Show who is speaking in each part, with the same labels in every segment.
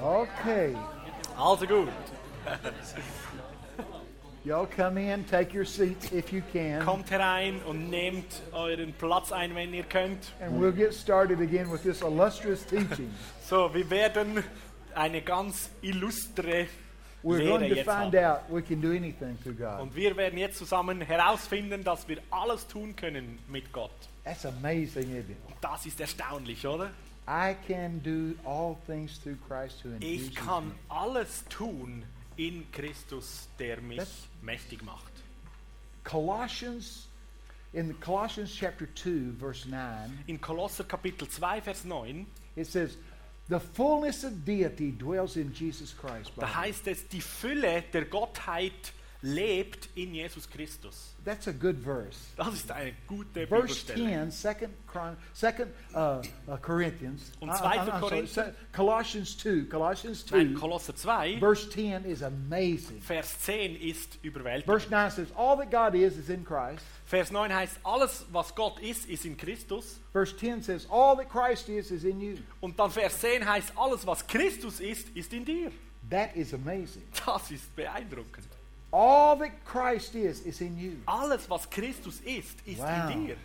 Speaker 1: Okay.
Speaker 2: Also gut.
Speaker 1: Y'all come in, take your seats if you can,
Speaker 2: Kommt herein und nehmt euren Platz ein, wenn ihr könnt.
Speaker 1: and we'll get started again with this illustrious teaching.
Speaker 2: So, wir werden eine ganz illustre
Speaker 1: We're
Speaker 2: Lehre
Speaker 1: going to
Speaker 2: jetzt
Speaker 1: find
Speaker 2: haben.
Speaker 1: out we can do anything through God.
Speaker 2: Und wir werden jetzt zusammen herausfinden, dass wir alles tun können mit Gott.
Speaker 1: That's amazing, isn't it?
Speaker 2: Das ist erstaunlich, oder?
Speaker 1: I can do all things through Christ who infuses me.
Speaker 2: Ich kann alles tun in Christus, der mich
Speaker 1: Das-
Speaker 2: mächtig macht.
Speaker 1: Colossians, in the Colossians chapter 2, verse 9,
Speaker 2: In Kolosser Kapitel 2, Vers 9,
Speaker 1: it says, The fullness of deity dwells in Jesus Christ. by
Speaker 2: da
Speaker 1: faith."
Speaker 2: heißt es, die Fülle der Gottheit lebt in Jesus Christus.
Speaker 1: That's a good verse.
Speaker 2: Das ist eine
Speaker 1: Verse
Speaker 2: gute Bibelstelle.
Speaker 1: 10, 2nd, Chron- 2nd uh, uh, Corinthians.
Speaker 2: Und
Speaker 1: I- I-
Speaker 2: zweite
Speaker 1: I'm sorry,
Speaker 2: Korinther.
Speaker 1: se- Colossians 2, Colossians 2,
Speaker 2: Nein, Kolosser 2,
Speaker 1: verse 10 is amazing.
Speaker 2: Vers 10 ist überwältigend.
Speaker 1: Verse 9 says, All that God is is in Christ.
Speaker 2: Vers 9 heißt, alles, was Gott ist, ist in Christus.
Speaker 1: Verse 10 says, All that Christ is is in you.
Speaker 2: Und dann Vers 10 heißt, alles, was Christus ist, ist in dir.
Speaker 1: That is amazing.
Speaker 2: Das ist beeindruckend.
Speaker 1: All that Christ is is in you.
Speaker 2: Alles, was Christus ist, ist
Speaker 1: Wow.
Speaker 2: in dir.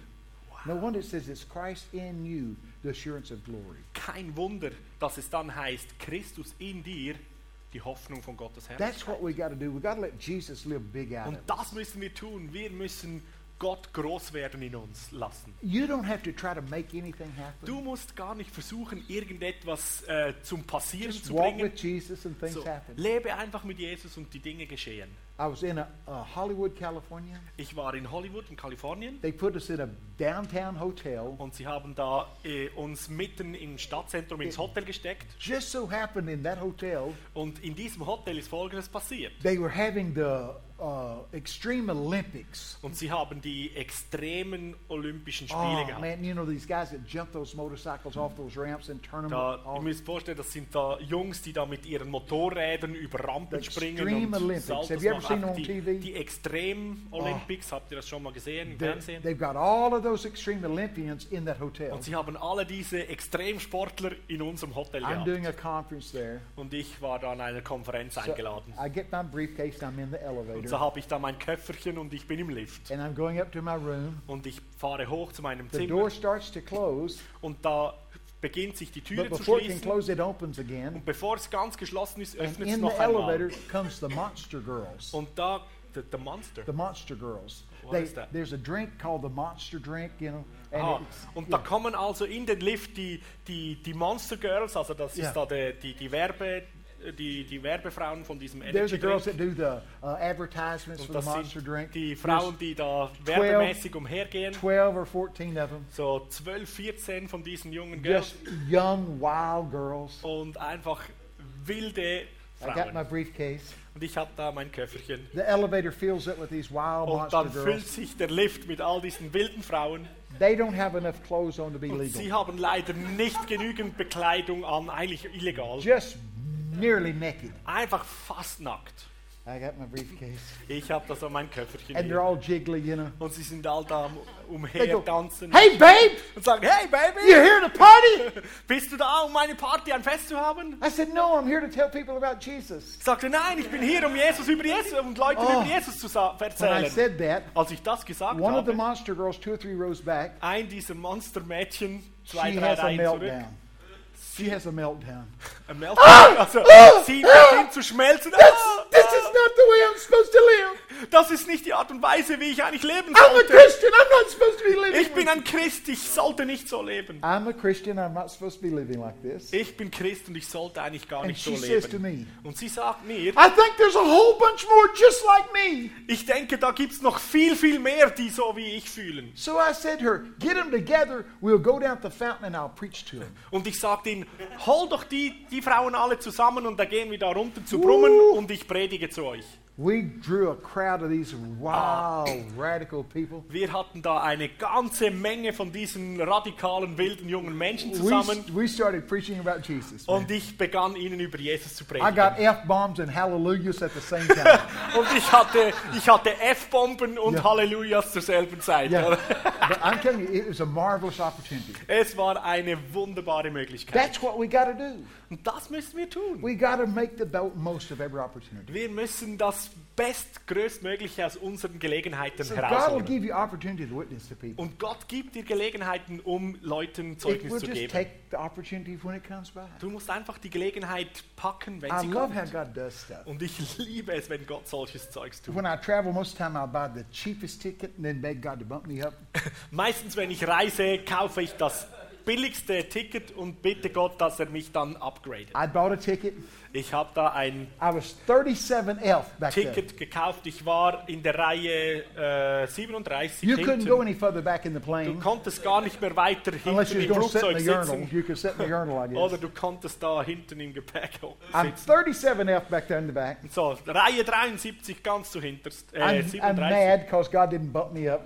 Speaker 1: No wonder it says it's Christ in you, the assurance of glory.
Speaker 2: Kein Wunder, dass es dann heißt, Christus in dir, die Hoffnung von Gottes Herz.
Speaker 1: That's what we got to do. We got to let Jesus live big out
Speaker 2: Und
Speaker 1: of us.
Speaker 2: das müssen wir tun. Wir müssen Gott groß werden in uns lassen.
Speaker 1: You don't have to try to make anything happen.
Speaker 2: Du musst gar nicht versuchen, irgendetwas äh, zum Passieren
Speaker 1: Just
Speaker 2: zu
Speaker 1: walk
Speaker 2: bringen.
Speaker 1: with Jesus and things
Speaker 2: So,
Speaker 1: happen.
Speaker 2: lebe einfach mit Jesus und die Dinge geschehen.
Speaker 1: I was in a, uh, Hollywood, California.
Speaker 2: Ich war in Hollywood in Kalifornien
Speaker 1: They put us in a downtown hotel.
Speaker 2: und sie haben da äh, uns mitten im Stadtzentrum ins Hotel gesteckt.
Speaker 1: Just so happened in that hotel,
Speaker 2: Und in diesem Hotel ist Folgendes passiert.
Speaker 1: they were having the uh, Extreme Olympics.
Speaker 2: Und sie haben die extremen Olympischen Spiele
Speaker 1: Oh,
Speaker 2: gehabt.
Speaker 1: man, you know, these guys that jump those motorcycles off those ramps and turn them
Speaker 2: Da, ihr
Speaker 1: off.
Speaker 2: müsst vorstellen, das sind da Jungs, die da mit ihren Motorrädern über Rampen
Speaker 1: The Extreme
Speaker 2: springen und
Speaker 1: Olympics.
Speaker 2: Saltos
Speaker 1: Have you ever
Speaker 2: machen.
Speaker 1: seen
Speaker 2: Einfach
Speaker 1: on Ah.
Speaker 2: die,
Speaker 1: TV?
Speaker 2: die Extrem-Olympics, habt ihr das schon mal gesehen im
Speaker 1: They're-
Speaker 2: Fernsehen?
Speaker 1: They've got all of those Extreme Olympians in that hotel.
Speaker 2: Und sie haben alle diese Extremsportler in unserem Hotel
Speaker 1: I'm
Speaker 2: gehabt.
Speaker 1: doing a conference there.
Speaker 2: Und ich war da an einer Konferenz
Speaker 1: So
Speaker 2: eingeladen.
Speaker 1: I get my briefcase, I'm in the
Speaker 2: Und so
Speaker 1: elevator,
Speaker 2: habe ich da mein Köfferchen und ich bin im Lift.
Speaker 1: and I'm going up to my room.
Speaker 2: Und ich fahre hoch zu meinem
Speaker 1: The
Speaker 2: Zimmer
Speaker 1: door starts to close,
Speaker 2: und da beginnt sich die Türe
Speaker 1: but
Speaker 2: zu
Speaker 1: before it can
Speaker 2: schließen.
Speaker 1: close, it opens again.
Speaker 2: Und bevor es ganz geschlossen ist,
Speaker 1: And
Speaker 2: öffnet es
Speaker 1: in
Speaker 2: noch
Speaker 1: the elevator
Speaker 2: einmal.
Speaker 1: comes the Monster Girls.
Speaker 2: Und da, the, the Monster.
Speaker 1: The Monster Girls.
Speaker 2: What
Speaker 1: They,
Speaker 2: is that? Ah,
Speaker 1: there's a drink called the Monster Drink, you know. And
Speaker 2: Aha.
Speaker 1: it's-
Speaker 2: Und da
Speaker 1: yeah.
Speaker 2: kommen also in den Lift die, die, die Monster Girls, also das
Speaker 1: Ja.
Speaker 2: ist da die, die, die, Werbe, die, die Werbefrauen von diesem
Speaker 1: They're the
Speaker 2: Energy
Speaker 1: girls
Speaker 2: Drink.
Speaker 1: that do the uh, advertisements for
Speaker 2: Und
Speaker 1: the
Speaker 2: das
Speaker 1: Monster Drink.
Speaker 2: sind die
Speaker 1: There's
Speaker 2: Frauen, die da werbemäßig umhergehen.
Speaker 1: 12 or 14 of them.
Speaker 2: So 12, 14 von diesen jungen Girls
Speaker 1: Just young, wild girls.
Speaker 2: und einfach wilde
Speaker 1: I got my
Speaker 2: Frauen.
Speaker 1: briefcase.
Speaker 2: Und ich habe da mein Köfferchen.
Speaker 1: The elevator fills up with these wild
Speaker 2: Und dann
Speaker 1: monster
Speaker 2: füllt
Speaker 1: girls.
Speaker 2: sich der Lift mit all diesen wilden Frauen.
Speaker 1: They don't have enough clothes on to be
Speaker 2: Und
Speaker 1: legal.
Speaker 2: sie haben leider nicht genügend Bekleidung an, eigentlich illegal.
Speaker 1: Just nearly naked.
Speaker 2: Einfach fast nackt.
Speaker 1: I got my briefcase.
Speaker 2: Ich habe das an mein Köpfchen
Speaker 1: And they're
Speaker 2: hier.
Speaker 1: all jiggly, you know.
Speaker 2: Und sie sind all da am
Speaker 1: They go,
Speaker 2: umhertanzen
Speaker 1: hey babe,
Speaker 2: und sagen, hey Baby,
Speaker 1: you here to party?
Speaker 2: bist du da, um meine Party ein Fest zu haben?
Speaker 1: I said, no, I'm here to tell people about Jesus.
Speaker 2: Ich sagte, nein, ich bin hier, um Jesus über Jesus und Leuten
Speaker 1: Oh.
Speaker 2: über Jesus zu sa-
Speaker 1: When I
Speaker 2: erzählen.
Speaker 1: said that,
Speaker 2: Als ich das gesagt
Speaker 1: one of the
Speaker 2: habe,
Speaker 1: monster girls, two or three rows back,
Speaker 2: ein dieser Monstermädchen, zwei,
Speaker 1: she
Speaker 2: drei
Speaker 1: has a
Speaker 2: Reihen zurück,
Speaker 1: meltdown. She has a meltdown.
Speaker 2: ein Meltdown,
Speaker 1: Ah!
Speaker 2: also sie beginnt zu schmelzen. Ah,
Speaker 1: This is not the way I'm supposed to live.
Speaker 2: das ist nicht die Art und Weise, wie ich eigentlich leben
Speaker 1: I'm a
Speaker 2: sollte.
Speaker 1: Christian. I'm not supposed to be living.
Speaker 2: Ich bin ein Christ, ich sollte nicht so leben.
Speaker 1: I'm a Christian. I'm not supposed to be living like this.
Speaker 2: Ich bin Christ und ich sollte eigentlich gar
Speaker 1: And
Speaker 2: nicht so
Speaker 1: she says to
Speaker 2: leben.
Speaker 1: me,
Speaker 2: Und sie sagt mir,
Speaker 1: I think there's a whole bunch more just like me.
Speaker 2: ich denke, da gibt es noch viel, viel mehr, die so wie ich fühlen.
Speaker 1: So I said to her, Get them together. We'll go down to the fountain and I'll preach to them.
Speaker 2: Und ich sagte ihnen,
Speaker 1: Uh.
Speaker 2: hol doch die, die Frauen alle zusammen und da gehen wir da runter zu Brummen und ich predige zu euch.
Speaker 1: We drew a crowd of these
Speaker 2: Ah.
Speaker 1: wild, radical people.
Speaker 2: Wir hatten da eine ganze Menge von diesen radikalen, wilden, jungen Menschen
Speaker 1: We,
Speaker 2: zusammen. Oh,
Speaker 1: we started preaching about Jesus. man.
Speaker 2: Und ich begann ihnen über Jesus zu
Speaker 1: I
Speaker 2: predigen.
Speaker 1: got F bombs and hallelujahs at the same time.
Speaker 2: Und ich hatte, ich hatte F-Bomben und
Speaker 1: Ja.
Speaker 2: Hallelujas zur selben Zeit.
Speaker 1: Yeah.
Speaker 2: oder?
Speaker 1: but I'm telling you, it was a marvelous opportunity.
Speaker 2: Es war eine wunderbare Möglichkeit.
Speaker 1: That's what we got to do.
Speaker 2: Und das müssen wir tun.
Speaker 1: We got to make the bo- most of every opportunity.
Speaker 2: Wir müssen das Best, Größtmögliche aus unseren Gelegenheiten
Speaker 1: So God will
Speaker 2: herausholen.
Speaker 1: give you opportunity to witness to people.
Speaker 2: Und Gott gibt dir Gelegenheiten, um Leuten
Speaker 1: It,
Speaker 2: Zeugnis
Speaker 1: we'll
Speaker 2: zu
Speaker 1: just
Speaker 2: geben.
Speaker 1: take the opportunity when it comes by.
Speaker 2: Du musst einfach die Gelegenheit packen, wenn
Speaker 1: I
Speaker 2: sie
Speaker 1: love how
Speaker 2: kommt.
Speaker 1: God does stuff.
Speaker 2: Und ich liebe es, wenn Gott solches Zeugs tut.
Speaker 1: When I travel, most of the time I'll buy the cheapest ticket and then beg God to bump me up.
Speaker 2: Meistens, wenn ich reise, kaufe ich das billigste Ticket und bitte Gott, dass er mich dann upgradet.
Speaker 1: I bought a ticket.
Speaker 2: Ich habe da ein
Speaker 1: I was 37F back then.
Speaker 2: Ticket gekauft. Ich war in der Reihe äh, 37
Speaker 1: You couldn't go
Speaker 2: hinten.
Speaker 1: any further back in the
Speaker 2: Du
Speaker 1: plane
Speaker 2: konntest gar nicht mehr weiter
Speaker 1: unless you
Speaker 2: hinten im
Speaker 1: were going to sit in
Speaker 2: Flugzeug
Speaker 1: the urinal.
Speaker 2: sitzen.
Speaker 1: You could sit in the urinal, I
Speaker 2: Oder
Speaker 1: guess.
Speaker 2: du konntest da hinten im Gepäck
Speaker 1: I'm
Speaker 2: sitzen.
Speaker 1: 37F back there in the back.
Speaker 2: So, Reihe 73 ganz zu hinterst. Äh,
Speaker 1: I'm, I'm
Speaker 2: 37.
Speaker 1: mad because God didn't bump me up.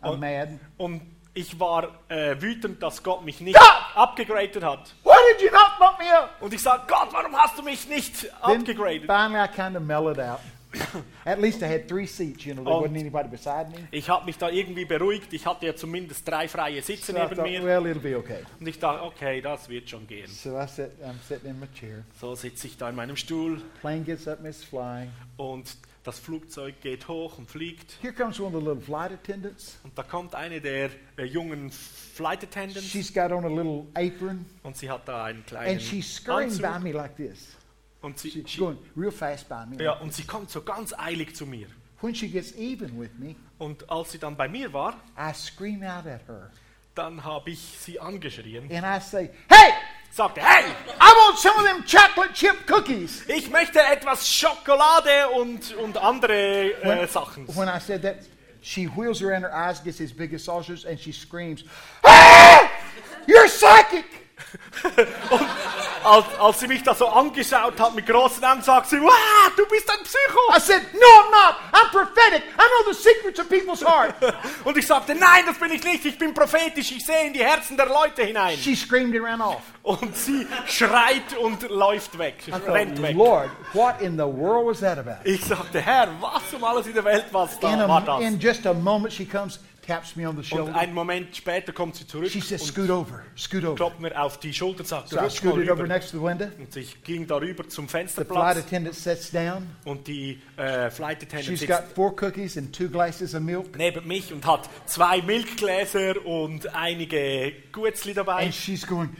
Speaker 1: I'm
Speaker 2: Und-
Speaker 1: mad.
Speaker 2: Und ich war äh, wütend, dass Gott mich nicht abgegradet hat.
Speaker 1: Why did you not bump me up?
Speaker 2: Und ich sage, Gott, warum hast du mich nicht
Speaker 1: Then
Speaker 2: abgegradet?
Speaker 1: finally, I kind of mellowed out. At least I had three seats. You know, there
Speaker 2: Und-
Speaker 1: wasn't anybody beside me.
Speaker 2: Ich habe mich da irgendwie beruhigt. Ich hatte ja zumindest drei freie
Speaker 1: So
Speaker 2: Sitze
Speaker 1: I
Speaker 2: neben
Speaker 1: thought,
Speaker 2: mir.
Speaker 1: well, it'll be okay.
Speaker 2: Und ich dachte, okay, das wird schon gehen.
Speaker 1: So I sit, I'm sitting in my chair.
Speaker 2: So sitze ich da in meinem Stuhl
Speaker 1: Plane gets up and it's flying.
Speaker 2: und das Flugzeug geht hoch und fliegt.
Speaker 1: Here comes one of the little flight attendants.
Speaker 2: Und da kommt eine der äh, jungen Flight Attendants
Speaker 1: She's got on a little apron
Speaker 2: und sie hat da einen kleinen
Speaker 1: and she's scurrying by
Speaker 2: Anzug.
Speaker 1: me like this.
Speaker 2: Und sie,
Speaker 1: She's
Speaker 2: sie,
Speaker 1: going real fast by me.
Speaker 2: ja, und sie kommt so ganz eilig zu mir.
Speaker 1: When she gets even with me,
Speaker 2: Und als sie dann bei mir war,
Speaker 1: I scream out at her
Speaker 2: dann habe ich sie angeschrien.
Speaker 1: and I say, Hey,
Speaker 2: Sagte, hey,
Speaker 1: I want some of them chocolate chip cookies.
Speaker 2: ich möchte etwas Schokolade und, und andere äh, Sachen.
Speaker 1: When I said that, she wheels around, her eyes gets as big as saucers, and she screams, ah! You're psychic!
Speaker 2: Als, als sie mich da so angeschaut hat mit großen Augen, sagt sie, wow, du bist ein
Speaker 1: I
Speaker 2: Psycho.
Speaker 1: said, No, I'm not. I'm prophetic. I know the secrets of people's heart.
Speaker 2: Und ich sagte, nein, das bin ich nicht, ich bin prophetisch, ich sehe in die Herzen der Leute hinein.
Speaker 1: She screamed and ran off.
Speaker 2: Und sie schreit und läuft weg,
Speaker 1: I thought,
Speaker 2: rennt weg.
Speaker 1: Lord, what in the world was that about?
Speaker 2: Ich sagte, Herr, was um alles in der Welt was
Speaker 1: In,
Speaker 2: da, war
Speaker 1: a,
Speaker 2: das?
Speaker 1: in just a moment, she comes, taps me on the
Speaker 2: Und
Speaker 1: shoulder.
Speaker 2: einen Moment später kommt sie zurück
Speaker 1: She says,
Speaker 2: und
Speaker 1: Scoot over, scoot over.
Speaker 2: klopft mir auf die Schulter und sagt,
Speaker 1: So I
Speaker 2: "Rutsch mal
Speaker 1: scooted over
Speaker 2: rüber."
Speaker 1: next to the window.
Speaker 2: Und ich ging darüber zum
Speaker 1: The flight
Speaker 2: Fensterplatz
Speaker 1: attendant sits down.
Speaker 2: und die äh, Flight Attendant
Speaker 1: She's
Speaker 2: sitzt
Speaker 1: got four cookies and two glasses of milk.
Speaker 2: neben mich und hat zwei Milchgläser und einige Gutzli dabei.
Speaker 1: And she's going,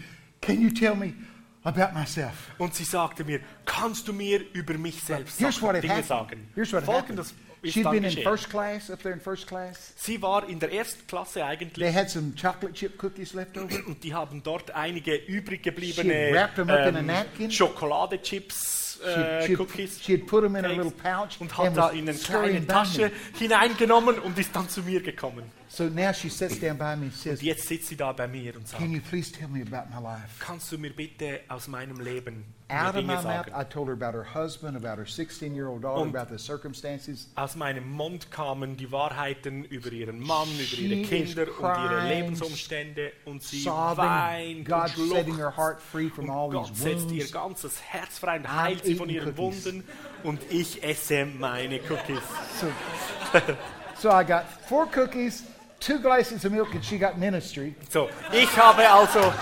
Speaker 1: Can you tell me about myself?
Speaker 2: Und sie sagte mir, kannst du mir über mich selbst
Speaker 1: Here's what
Speaker 2: sagen,
Speaker 1: had
Speaker 2: Dinge
Speaker 1: happened.
Speaker 2: sagen?
Speaker 1: Here's what had happened.
Speaker 2: Folgendes ist
Speaker 1: She'd
Speaker 2: dann
Speaker 1: been in
Speaker 2: geschehen.
Speaker 1: first class, up there in first class.
Speaker 2: Sie war in der ersten Klasse eigentlich
Speaker 1: They had some chocolate chip cookies left over.
Speaker 2: und die haben dort einige übrig
Speaker 1: She
Speaker 2: gebliebene ähm,
Speaker 1: wrapped 'em up in a napkin.
Speaker 2: Schokoladechips, äh,
Speaker 1: She'd, she'd,
Speaker 2: Cookies.
Speaker 1: she'd put them in a
Speaker 2: Cakes
Speaker 1: little pouch
Speaker 2: und
Speaker 1: and
Speaker 2: hat da
Speaker 1: was
Speaker 2: in eine
Speaker 1: scurrying
Speaker 2: kleine
Speaker 1: by me.
Speaker 2: Tasche hineingenommen und ist dann zu mir gekommen.
Speaker 1: So now she sits down by me and says,
Speaker 2: Und jetzt sitzt sie da bei mir und sagt,
Speaker 1: Can you please tell me about my life?
Speaker 2: kannst du mir bitte aus meinem Leben mir
Speaker 1: Out of Oh.
Speaker 2: Dinge
Speaker 1: my mouth,
Speaker 2: sagen?
Speaker 1: I told her about her husband, about her 16 year old daughter,
Speaker 2: Und-
Speaker 1: about the circumstances.
Speaker 2: Aus meinem Mund kamen die Wahrheiten über ihren Mann, über
Speaker 1: She
Speaker 2: ihre
Speaker 1: is
Speaker 2: Kinder und ihre
Speaker 1: crying,
Speaker 2: Lebensumstände und sie
Speaker 1: Sobbing,
Speaker 2: weint
Speaker 1: God
Speaker 2: und
Speaker 1: setting her
Speaker 2: schluchzt.
Speaker 1: heart free from all
Speaker 2: Und Gott
Speaker 1: these
Speaker 2: setzt ihr
Speaker 1: wounds.
Speaker 2: ganzes Herz frei und heilt sie von
Speaker 1: eating
Speaker 2: ihren
Speaker 1: cookies.
Speaker 2: Wunden und ich esse meine Cookies.
Speaker 1: So, so I got four cookies, two glasses of milk, and she got ministry.
Speaker 2: So, ich habe also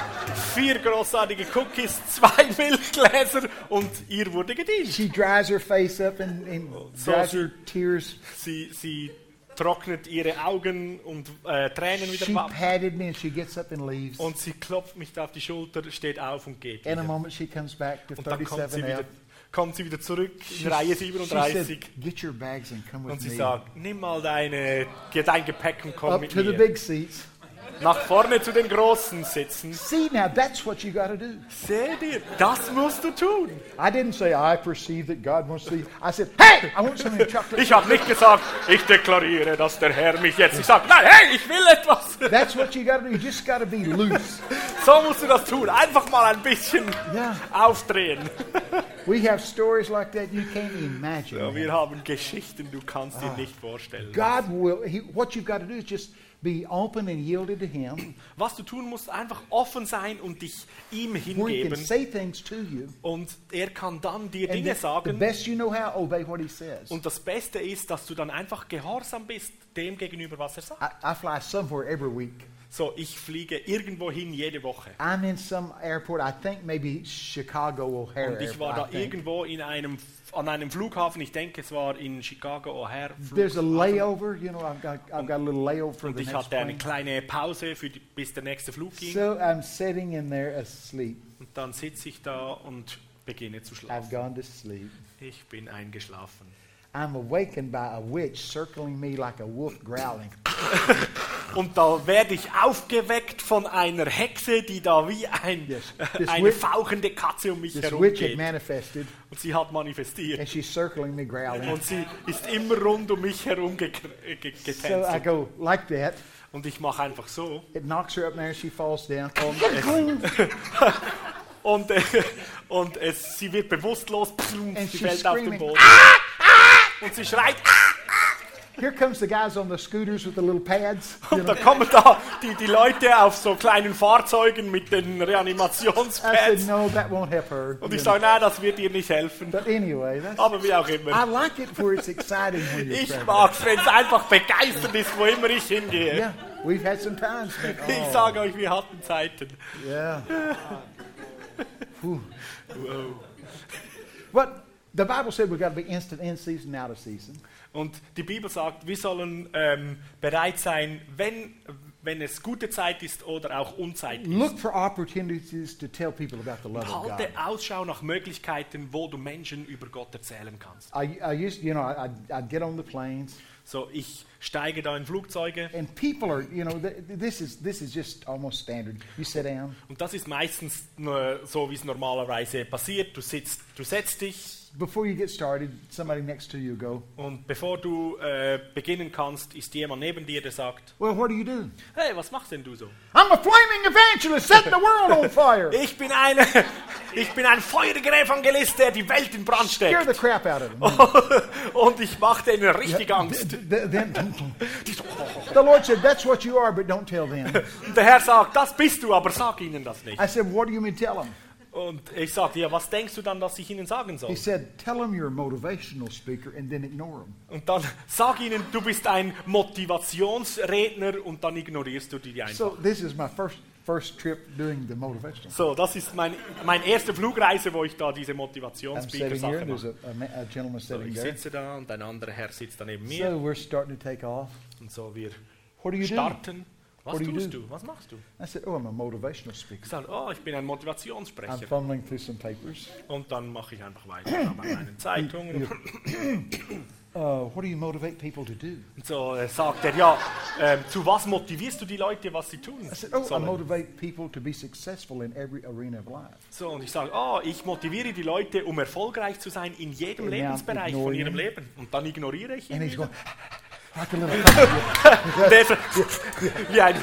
Speaker 2: vier großartige Cookies, zwei Milchgläser und ihr wurde gedient.
Speaker 1: She dries her face up and, and
Speaker 2: So
Speaker 1: dries
Speaker 2: she-
Speaker 1: her tears.
Speaker 2: Sie, sie trocknet ihre Augen und äh, Tränen wieder
Speaker 1: She
Speaker 2: ab
Speaker 1: patted me and she gets up and leaves.
Speaker 2: und sie klopft mich da auf die Schulter, steht auf und geht.
Speaker 1: In a moment, she comes back to
Speaker 2: Und dann kommt sie,
Speaker 1: 37F.
Speaker 2: wieder, kommt sie wieder zurück
Speaker 1: She-
Speaker 2: in Reihe
Speaker 1: she said,
Speaker 2: 37
Speaker 1: Get your bags and come with
Speaker 2: und sie
Speaker 1: me.
Speaker 2: sagt, nimm mal deine, geh dein Gepäck und komm
Speaker 1: Up
Speaker 2: mit
Speaker 1: to the
Speaker 2: mir.
Speaker 1: big seats.
Speaker 2: nach vorne zu den Großen sitzen.
Speaker 1: See, now that's what you got to do.
Speaker 2: Seht ihr, das musst du tun.
Speaker 1: I didn't say, I perceive that God wants to see. I said, hey, I want some of your chocolate.
Speaker 2: Ich habe nicht gesagt, ich deklariere, dass der Herr mich jetzt nicht sagt. Nein, hey, ich will etwas.
Speaker 1: That's what you got to do. You just got to be loose.
Speaker 2: So musst du das tun. Einfach mal ein bisschen
Speaker 1: Ja.
Speaker 2: aufdrehen.
Speaker 1: We have stories like that you can't imagine. man.
Speaker 2: Wir haben Geschichten, du kannst dir nicht vorstellen.
Speaker 1: God will, he, what you've got to do is just be open and yielded to Him
Speaker 2: Was du tun musst, einfach offen sein und dich ihm
Speaker 1: where He can
Speaker 2: hingeben.
Speaker 1: say things to you.
Speaker 2: Und er kann dann dir
Speaker 1: And
Speaker 2: Dinge
Speaker 1: the, the
Speaker 2: sagen.
Speaker 1: best you know how, obey what He says.
Speaker 2: Und das Beste ist, dass du dann einfach gehorsam bist dem gegenüber, was er sagt.
Speaker 1: I, I fly somewhere every week.
Speaker 2: So, ich fliege irgendwo hin jede Woche.
Speaker 1: I'm in some airport, I think maybe Chicago O'Hare
Speaker 2: Und ich war
Speaker 1: Airport.
Speaker 2: da
Speaker 1: I think.
Speaker 2: irgendwo in einem, an einem Flughafen, ich denke es war in Chicago O'Hare.
Speaker 1: There's a
Speaker 2: Flughafen.
Speaker 1: layover, you know, I've got, I've got a little layover for
Speaker 2: Und
Speaker 1: the
Speaker 2: ich
Speaker 1: next
Speaker 2: hatte eine
Speaker 1: plane.
Speaker 2: kleine Pause, für die, bis der nächste Flug ging.
Speaker 1: So I'm sitting in there asleep.
Speaker 2: Und dann sitze ich da und beginne zu
Speaker 1: I've
Speaker 2: schlafen.
Speaker 1: gone to sleep.
Speaker 2: Ich bin eingeschlafen.
Speaker 1: I'm awakened by a witch circling me like a wolf growling.
Speaker 2: Und da werde ich aufgeweckt von einer Hexe, die da wie ein,
Speaker 1: Yes.
Speaker 2: äh,
Speaker 1: This
Speaker 2: eine
Speaker 1: witch-
Speaker 2: fauchende Katze um mich
Speaker 1: This witch had
Speaker 2: herumgeht.
Speaker 1: manifested,
Speaker 2: Und sie hat manifestiert.
Speaker 1: and she's circling me, growling.
Speaker 2: Und sie ist immer rund um mich herum ge- ge- ge-
Speaker 1: So äh, I
Speaker 2: getänzt.
Speaker 1: go like that.
Speaker 2: Und ich mache einfach so.
Speaker 1: It knocks her up there, and she falls down.
Speaker 2: Und, äh, und es, sie wird bewusstlos. Pflum,
Speaker 1: And
Speaker 2: sie
Speaker 1: she's
Speaker 2: fällt auf den
Speaker 1: screaming,
Speaker 2: Boden. Und sie schreit.
Speaker 1: Here comes the guys on the scooters with the little pads. you
Speaker 2: Und da
Speaker 1: know.
Speaker 2: kommen da die, die Leute auf so kleinen Fahrzeugen mit den
Speaker 1: I said,
Speaker 2: Reanimationspads.
Speaker 1: no, that won't help her.
Speaker 2: Und
Speaker 1: you
Speaker 2: ich
Speaker 1: know.
Speaker 2: sage, nein, das wird dir nicht helfen.
Speaker 1: But anyway, that's,
Speaker 2: Aber wie auch
Speaker 1: I
Speaker 2: immer.
Speaker 1: like it where it's exciting when you're
Speaker 2: Ich
Speaker 1: traveling.
Speaker 2: mag's, wenn es einfach begeistert ist, wo immer ich hingehe.
Speaker 1: Yeah, we've had some times. but-
Speaker 2: Ich
Speaker 1: oh,
Speaker 2: sage euch, wir hatten Zeiten.
Speaker 1: yeah. Whew. What the Bible said, we've got to be instant in season, out of season.
Speaker 2: Und die Bibel sagt, wir sollen ähm, bereit sein, wenn, wenn es gute Zeit ist oder auch Unzeit.
Speaker 1: Look for opportunities to tell people about the love of Oh God.
Speaker 2: Halte Ausschau nach Möglichkeiten, wo du Menschen über Gott erzählen kannst.
Speaker 1: I, I used, you know, I, I'd- I'd get on the planes,
Speaker 2: So, ich steige da in Flugzeuge
Speaker 1: and people are, you know, th- this is this is just almost standard. You sit down,
Speaker 2: und das ist meistens äh, so, wie es normalerweise passiert. Du, sitzt, du setzt dich
Speaker 1: before you get started, somebody next to you go,
Speaker 2: und bevor du äh, beginnen kannst, ist jemand neben dir, der sagt,
Speaker 1: "Well, what do you do?"
Speaker 2: hey, was machst denn du so?
Speaker 1: I'm a flaming evangelist setting the world on fire.
Speaker 2: Ich bin, eine, ich bin ein feuriger Evangelist, der die Welt in Brand steckt.
Speaker 1: Scare the crap out of
Speaker 2: Oh,
Speaker 1: them.
Speaker 2: und ich mach denen richtig Angst.
Speaker 1: Th- th- then-
Speaker 2: Die so,
Speaker 1: the Lord said, "That's what you are, but don't tell them."
Speaker 2: Und der Herr sagt, das bist du, aber sag ihnen das nicht.
Speaker 1: I said, "What do you mean tell them?"
Speaker 2: Und ich sagte, ja, was denkst du dann, dass ich ihnen sagen
Speaker 1: He
Speaker 2: soll?
Speaker 1: said, "Tell them you're a motivational speaker, and then ignore them."
Speaker 2: Und dann sag ihnen, du bist ein Motivationsredner und dann ignorierst du die einfach.
Speaker 1: So this is my first first trip doing the motivational.
Speaker 2: So, das ist mein, mein erste Flugreise, wo ich da diese
Speaker 1: I'm sitting here,
Speaker 2: Motivationsspeaker-Sache
Speaker 1: and there's
Speaker 2: mache.
Speaker 1: a, a, ma- a gentleman
Speaker 2: So,
Speaker 1: sitting
Speaker 2: ich
Speaker 1: there.
Speaker 2: sitze da und ein anderer Herr sitzt da neben mir
Speaker 1: So we're starting to take off.
Speaker 2: und so wir
Speaker 1: What do you do?
Speaker 2: starten. Was
Speaker 1: What do you
Speaker 2: tust
Speaker 1: do?
Speaker 2: du? Was machst du?
Speaker 1: I said, Oh, I'm a motivational
Speaker 2: Ich
Speaker 1: speaker.
Speaker 2: sage, oh, ich bin ein
Speaker 1: I'm
Speaker 2: Motivationssprecher.
Speaker 1: fumbling through some papers.
Speaker 2: Und dann mache ich einfach weiter bei meinen Zeitungen.
Speaker 1: Uh, what do you motivate people to do?
Speaker 2: Und so äh, sagt er, ja, ähm, zu was motivierst du die Leute, was sie tun
Speaker 1: I said, Oh, I
Speaker 2: sollen?
Speaker 1: motivate people to be successful in every arena of life.
Speaker 2: So, und ich sage, ah, ich motiviere die Leute, um erfolgreich zu sein in jedem
Speaker 1: Ja,
Speaker 2: Lebensbereich
Speaker 1: ignore
Speaker 2: von ihrem
Speaker 1: ihn.
Speaker 2: Leben. Und dann ignoriere ich ihn
Speaker 1: And he's
Speaker 2: wieder.
Speaker 1: going, like a little. puppy.
Speaker 2: Und der so, wie ein,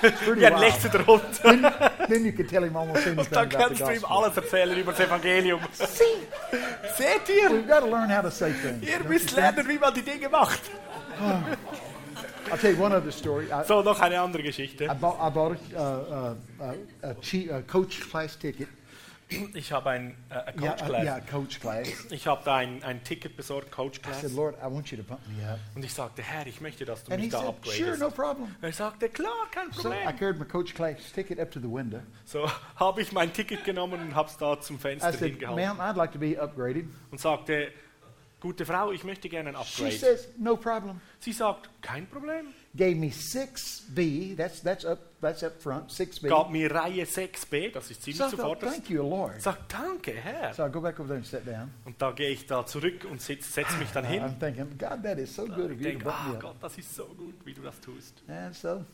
Speaker 1: pretty
Speaker 2: wie ein
Speaker 1: wild.
Speaker 2: lechzender Hund.
Speaker 1: then, then you could tell him almost
Speaker 2: Und
Speaker 1: anything
Speaker 2: dann
Speaker 1: about the
Speaker 2: kannst du ihm
Speaker 1: gospel.
Speaker 2: alles erzählen über das Evangelium.
Speaker 1: See,
Speaker 2: Seht ihr?
Speaker 1: we've got to learn how to say things.
Speaker 2: Ihr
Speaker 1: don't you
Speaker 2: müsst
Speaker 1: think?
Speaker 2: lernen, wie man die Dinge macht.
Speaker 1: I'll tell you one other story. I,
Speaker 2: So, noch eine andere
Speaker 1: I
Speaker 2: Geschichte.
Speaker 1: bought, I bought a, uh, uh, a, a, che- a coach class ticket. Um,
Speaker 2: Ich habe ein äh, ein
Speaker 1: Yeah,
Speaker 2: Coach
Speaker 1: uh, yeah,
Speaker 2: Class.
Speaker 1: a coach class.
Speaker 2: Ich habe da ein, ein Ticket besorgt, Coach
Speaker 1: I said,
Speaker 2: Class.
Speaker 1: Lord, I want you to pump me up.
Speaker 2: Und ich sagte, Herr, ich möchte, dass du
Speaker 1: And
Speaker 2: mich
Speaker 1: he
Speaker 2: da
Speaker 1: said, Sure,
Speaker 2: upgradest.
Speaker 1: no problem.
Speaker 2: Er sagte, klar, kein
Speaker 1: So I
Speaker 2: Problem.
Speaker 1: carried my coach class ticket up to the window.
Speaker 2: So habe ich mein Ticket genommen und habe es da zum
Speaker 1: I
Speaker 2: Fenster
Speaker 1: said,
Speaker 2: hingehalten
Speaker 1: ma'am, I'd like to be upgraded.
Speaker 2: und sagte, gute Frau, ich möchte gerne ein
Speaker 1: She
Speaker 2: Upgrade.
Speaker 1: says, no problem.
Speaker 2: Sie sagt, kein Problem.
Speaker 1: Gave me 6B. That's, that's, up, that's up front, 6B.
Speaker 2: Gab mir Reihe 6b, das ist ziemlich
Speaker 1: so I thought,
Speaker 2: zuvorderst.
Speaker 1: thank you, Lord.
Speaker 2: Sagt, danke, Herr.
Speaker 1: So I go back over there and sit down.
Speaker 2: Und da gehe ich da zurück und setze mich dann hin.
Speaker 1: I'm thinking, God, that is so good
Speaker 2: Ich
Speaker 1: of you to
Speaker 2: denke,
Speaker 1: bump
Speaker 2: ah
Speaker 1: me up.
Speaker 2: Gott, das ist so gut, wie du das tust.
Speaker 1: And so,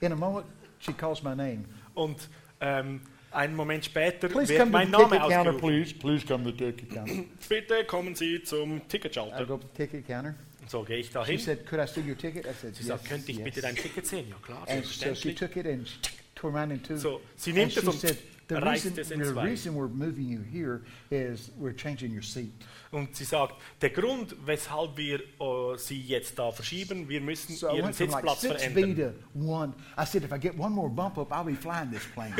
Speaker 1: in a moment, She calls my name.
Speaker 2: Und ähm, einen Moment später
Speaker 1: Please
Speaker 2: wird
Speaker 1: come to
Speaker 2: mein
Speaker 1: the
Speaker 2: Name
Speaker 1: ticket counter,
Speaker 2: ausgerufen.
Speaker 1: please. Please come to the ticket counter.
Speaker 2: Bitte kommen Sie zum
Speaker 1: I
Speaker 2: Ticketschalter.
Speaker 1: go up to the ticket counter.
Speaker 2: So gehe ich da
Speaker 1: Also, She
Speaker 2: hin.
Speaker 1: said, could I see your ticket? I said,
Speaker 2: Sie sagt,
Speaker 1: yes,
Speaker 2: könnte ich bitte
Speaker 1: yes.
Speaker 2: dein Ticket sehen? Ja klar,
Speaker 1: And so she
Speaker 2: selbstverständlich.
Speaker 1: took it and tore mine in two.
Speaker 2: So, sie
Speaker 1: and
Speaker 2: nimmt
Speaker 1: she
Speaker 2: es und
Speaker 1: said, the
Speaker 2: reißt
Speaker 1: reason,
Speaker 2: es in
Speaker 1: the
Speaker 2: zwei."
Speaker 1: reason we're moving you here is we're changing your seat.
Speaker 2: Und sie sagt, der Grund, weshalb wir äh, sie jetzt da verschieben, wir müssen
Speaker 1: So I
Speaker 2: ihren
Speaker 1: went from like
Speaker 2: Sitzplatz
Speaker 1: 6B
Speaker 2: verändern.
Speaker 1: to 1. I said, if I get one more bump up, I'll be flying this plane.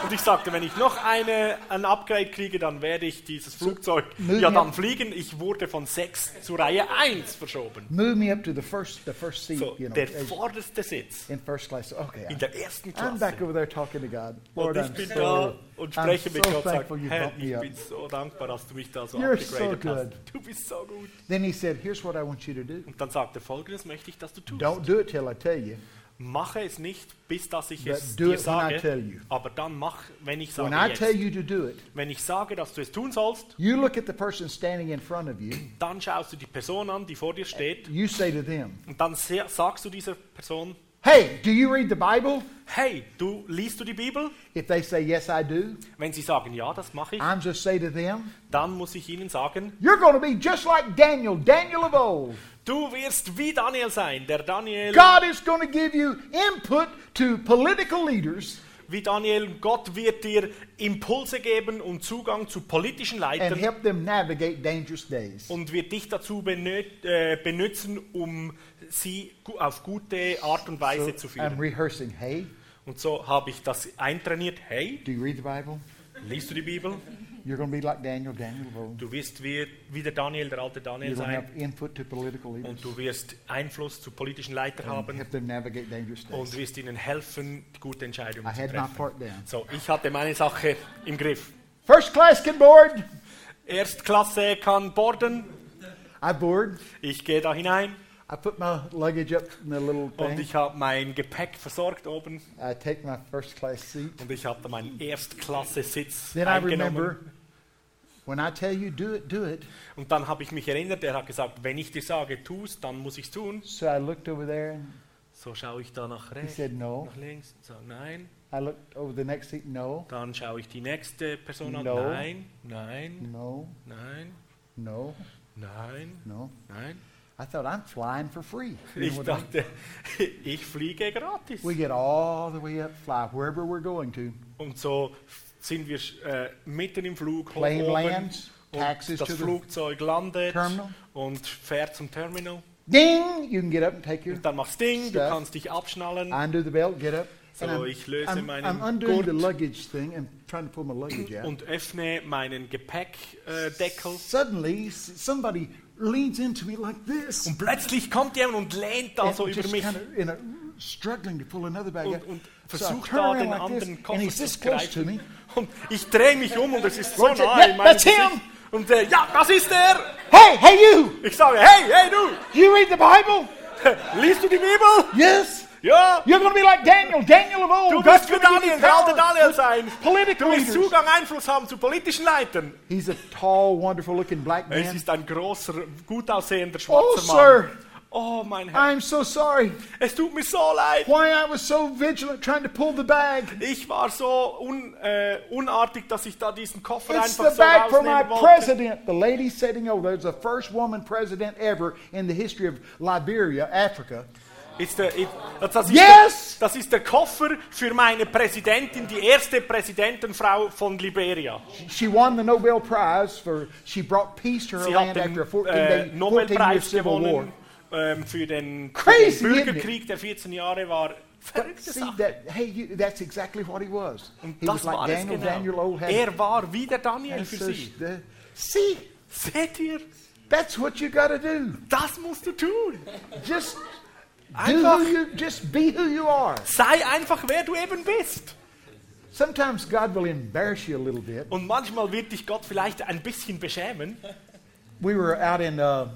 Speaker 2: Und ich sagte, wenn ich noch eine, ein Upgrade kriege, dann werde ich dieses Flugzeug
Speaker 1: mögen
Speaker 2: ja
Speaker 1: wir-
Speaker 2: dann fliegen. Ich wurde von 6 zu Reihe 1 verschoben.
Speaker 1: Move me up to the first, the first seat,
Speaker 2: So,
Speaker 1: you know,
Speaker 2: der
Speaker 1: as-
Speaker 2: vorderste Sitz
Speaker 1: in first class. So, Okay.
Speaker 2: in
Speaker 1: I-
Speaker 2: der ersten
Speaker 1: I'm back
Speaker 2: Klasse.
Speaker 1: over there talking to God. Lord,
Speaker 2: Und ich
Speaker 1: I'm
Speaker 2: bin
Speaker 1: so,
Speaker 2: da und
Speaker 1: I'm
Speaker 2: spreche
Speaker 1: so
Speaker 2: mit Gott und
Speaker 1: thankful
Speaker 2: sage,
Speaker 1: you
Speaker 2: Herr,
Speaker 1: bumped me
Speaker 2: ich
Speaker 1: up.
Speaker 2: bin so dankbar, dass du mich da so
Speaker 1: You're
Speaker 2: upgradet
Speaker 1: so
Speaker 2: hast.
Speaker 1: good.
Speaker 2: Du bist so gut.
Speaker 1: Then he said, here's what I want you to do.
Speaker 2: Und dann sagt er, folgendes möchte ich, dass du tust.
Speaker 1: Don't do it till I tell you.
Speaker 2: Mache es nicht, bis dass ich
Speaker 1: But
Speaker 2: es
Speaker 1: do
Speaker 2: dir
Speaker 1: it when I tell you.
Speaker 2: sage, aber dann mach, wenn ich
Speaker 1: When I
Speaker 2: sage
Speaker 1: tell
Speaker 2: jetzt.
Speaker 1: you to do it,
Speaker 2: Wenn ich sage, dass du es tun sollst,
Speaker 1: you look at the person standing in front of you.
Speaker 2: dann schaust du die Person an, die vor dir steht,
Speaker 1: You say to them,
Speaker 2: und dann se- sagst du dieser Person,
Speaker 1: hey, do you read the Bible?
Speaker 2: hey, du liest du die Bibel?
Speaker 1: If they say, yes, I do,
Speaker 2: Wenn sie sagen, ja, das mache ich,
Speaker 1: I'm just say to them,
Speaker 2: dann muss ich ihnen sagen,
Speaker 1: you're going to be just like Daniel, Daniel of old.
Speaker 2: du wirst wie Daniel sein, der Daniel
Speaker 1: God is going to give you input to political leaders
Speaker 2: Wie Daniel, Gott wird dir Impulse geben und Zugang zu politischen
Speaker 1: and
Speaker 2: Leitern
Speaker 1: help them navigate dangerous days.
Speaker 2: und wird dich dazu benöt, äh, benutzen, um sie gu- auf gute Art und Weise zu
Speaker 1: I'm
Speaker 2: führen.
Speaker 1: rehearsing, hey,
Speaker 2: Und so habe ich das eintrainiert. Hey,
Speaker 1: do you read the Bible?
Speaker 2: liest du die Bibel?
Speaker 1: You're going to be like Daniel, Daniel of old.
Speaker 2: Du wirst wie, wie der Daniel, der alte Daniel
Speaker 1: You're going to
Speaker 2: sein
Speaker 1: have input to political leaders
Speaker 2: und du wirst Einfluss zu politischen Leitern
Speaker 1: and
Speaker 2: haben
Speaker 1: help them navigate dangerous
Speaker 2: und
Speaker 1: days.
Speaker 2: wirst ihnen helfen, gute Entscheidungen
Speaker 1: I
Speaker 2: zu
Speaker 1: had my
Speaker 2: treffen.
Speaker 1: part down.
Speaker 2: So, ich hatte meine Sache im Griff.
Speaker 1: First class can board.
Speaker 2: Erstklasse kann boarden.
Speaker 1: I board.
Speaker 2: Ich gehe da hinein.
Speaker 1: I put my luggage up in the little
Speaker 2: Und
Speaker 1: thing.
Speaker 2: ich habe mein Gepäck versorgt oben
Speaker 1: I take my first class seat.
Speaker 2: und ich habe da meinen Erstklasse-Sitz
Speaker 1: Then I
Speaker 2: eingenommen.
Speaker 1: remember when I tell you do it, do it.
Speaker 2: Und dann habe ich mich erinnert, er hat gesagt, wenn ich dir sage, tu's, dann muss ich's tun.
Speaker 1: So I looked over there and
Speaker 2: So schaue ich da nach
Speaker 1: he
Speaker 2: rechts,
Speaker 1: said no.
Speaker 2: nach links, sage nein.
Speaker 1: I looked over the next seat, no,
Speaker 2: Dann schaue ich die nächste Person an,
Speaker 1: No.
Speaker 2: nein, nein,
Speaker 1: no,
Speaker 2: nein,
Speaker 1: no,
Speaker 2: nein,
Speaker 1: no.
Speaker 2: nein.
Speaker 1: I thought I'm flying for free. You know
Speaker 2: Ich
Speaker 1: what I-
Speaker 2: dachte, ich fliege gratis.
Speaker 1: we get all the way up, fly wherever we're going to.
Speaker 2: Und so sind wir äh, mitten im Flug, hoch
Speaker 1: Plane
Speaker 2: oben
Speaker 1: lands, taxis
Speaker 2: und
Speaker 1: to
Speaker 2: das
Speaker 1: the
Speaker 2: Flugzeug landet
Speaker 1: terminal.
Speaker 2: und fährt zum Terminal.
Speaker 1: Ding! You can get up and take your.
Speaker 2: Und dann machst Ding, du
Speaker 1: Stuff.
Speaker 2: kannst dich abschnallen.
Speaker 1: I undo the belt, get up.
Speaker 2: So
Speaker 1: and I'm,
Speaker 2: ich löse
Speaker 1: I'm-
Speaker 2: meinen
Speaker 1: I'm undoing the
Speaker 2: Gurt.
Speaker 1: luggage thing and trying to pull my luggage out.
Speaker 2: und öffne meinen Gepäckdeckel.
Speaker 1: Suddenly, s- somebody leans into me like this.
Speaker 2: Und plötzlich kommt jemand und lehnt da
Speaker 1: and
Speaker 2: so über
Speaker 1: just
Speaker 2: mich
Speaker 1: kind of in a, struggling to pull another bag
Speaker 2: und,
Speaker 1: out.
Speaker 2: und
Speaker 1: so I
Speaker 2: Um, versucht
Speaker 1: turn
Speaker 2: da
Speaker 1: around
Speaker 2: den
Speaker 1: like
Speaker 2: anderen
Speaker 1: this, and
Speaker 2: Koffer
Speaker 1: he's
Speaker 2: zu
Speaker 1: this close to me.
Speaker 2: greifen. Und ich drehe mich um und es ist so
Speaker 1: What's it?
Speaker 2: nah
Speaker 1: That-
Speaker 2: in meinem
Speaker 1: that's him!
Speaker 2: Gesicht. Und der, ja, das ist er!
Speaker 1: Hey, hey, you!
Speaker 2: Ich sage, hey, hey du,
Speaker 1: You read the Bible?
Speaker 2: liest du die Bibel?
Speaker 1: Yes.
Speaker 2: Ja!
Speaker 1: You're going to be like Daniel, Daniel of old.
Speaker 2: Du
Speaker 1: God's
Speaker 2: wirst wie
Speaker 1: gonna give you
Speaker 2: Daniel, der alte
Speaker 1: power.
Speaker 2: Daniel sein.
Speaker 1: Political
Speaker 2: Du wirst
Speaker 1: leaders.
Speaker 2: Zugang, Einfluss haben zu politischen Leitern.
Speaker 1: He's a tall, wonderful-looking black
Speaker 2: Es
Speaker 1: man.
Speaker 2: ist ein großer, gut aussehender
Speaker 1: Oh,
Speaker 2: schwarzer Mann.
Speaker 1: sir,
Speaker 2: Oh, mein Herr,
Speaker 1: I'm so sorry.
Speaker 2: es tut mir so leid.
Speaker 1: Why I was so vigilant trying to pull the bag.
Speaker 2: Ich war so un, äh, unartig, dass ich da diesen Koffer
Speaker 1: It's
Speaker 2: einfach
Speaker 1: the
Speaker 2: so
Speaker 1: bag for my
Speaker 2: rausnehmen wollte.
Speaker 1: president. The lady sitting over there is the first woman president ever in the history of Liberia, Africa.
Speaker 2: Ist der, ist, das, das,
Speaker 1: Yes!
Speaker 2: ist der, das ist der Koffer für meine Präsidentin, die erste Präsidentenfrau von Liberia.
Speaker 1: She won the Nobel Prize for she brought peace to her
Speaker 2: Sie hat
Speaker 1: land
Speaker 2: den
Speaker 1: after a 14
Speaker 2: äh,
Speaker 1: day 14 year
Speaker 2: Nobelpreis
Speaker 1: civil war.
Speaker 2: gewonnen ähm, für den, für den
Speaker 1: Crazy, isn't it?
Speaker 2: Bürgerkrieg, der 14 Jahre war.
Speaker 1: But
Speaker 2: Verrückte
Speaker 1: see
Speaker 2: Sache.
Speaker 1: that hey, you, that's exactly what he was.
Speaker 2: Und
Speaker 1: He was
Speaker 2: das war
Speaker 1: like
Speaker 2: es
Speaker 1: Daniel. Daniel
Speaker 2: genau.
Speaker 1: old had.
Speaker 2: Er war wie der Daniel
Speaker 1: And
Speaker 2: für
Speaker 1: so
Speaker 2: sie.
Speaker 1: the- see,
Speaker 2: Seht ihr?
Speaker 1: that's what you got to do.
Speaker 2: Das musst du tun.
Speaker 1: Just do
Speaker 2: Einfach-
Speaker 1: who you, just be who you are.
Speaker 2: Sei einfach, wer du eben bist.
Speaker 1: Sometimes God will embarrass you a little bit.
Speaker 2: Und manchmal wird dich Gott vielleicht ein bisschen beschämen.
Speaker 1: We were out in uh,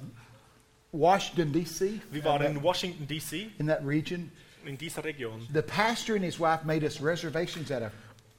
Speaker 1: Washington D.C.
Speaker 2: Wir waren in Washington, D.C.,
Speaker 1: in that region.
Speaker 2: in dieser Region.
Speaker 1: The pastor and his wife made us reservations at a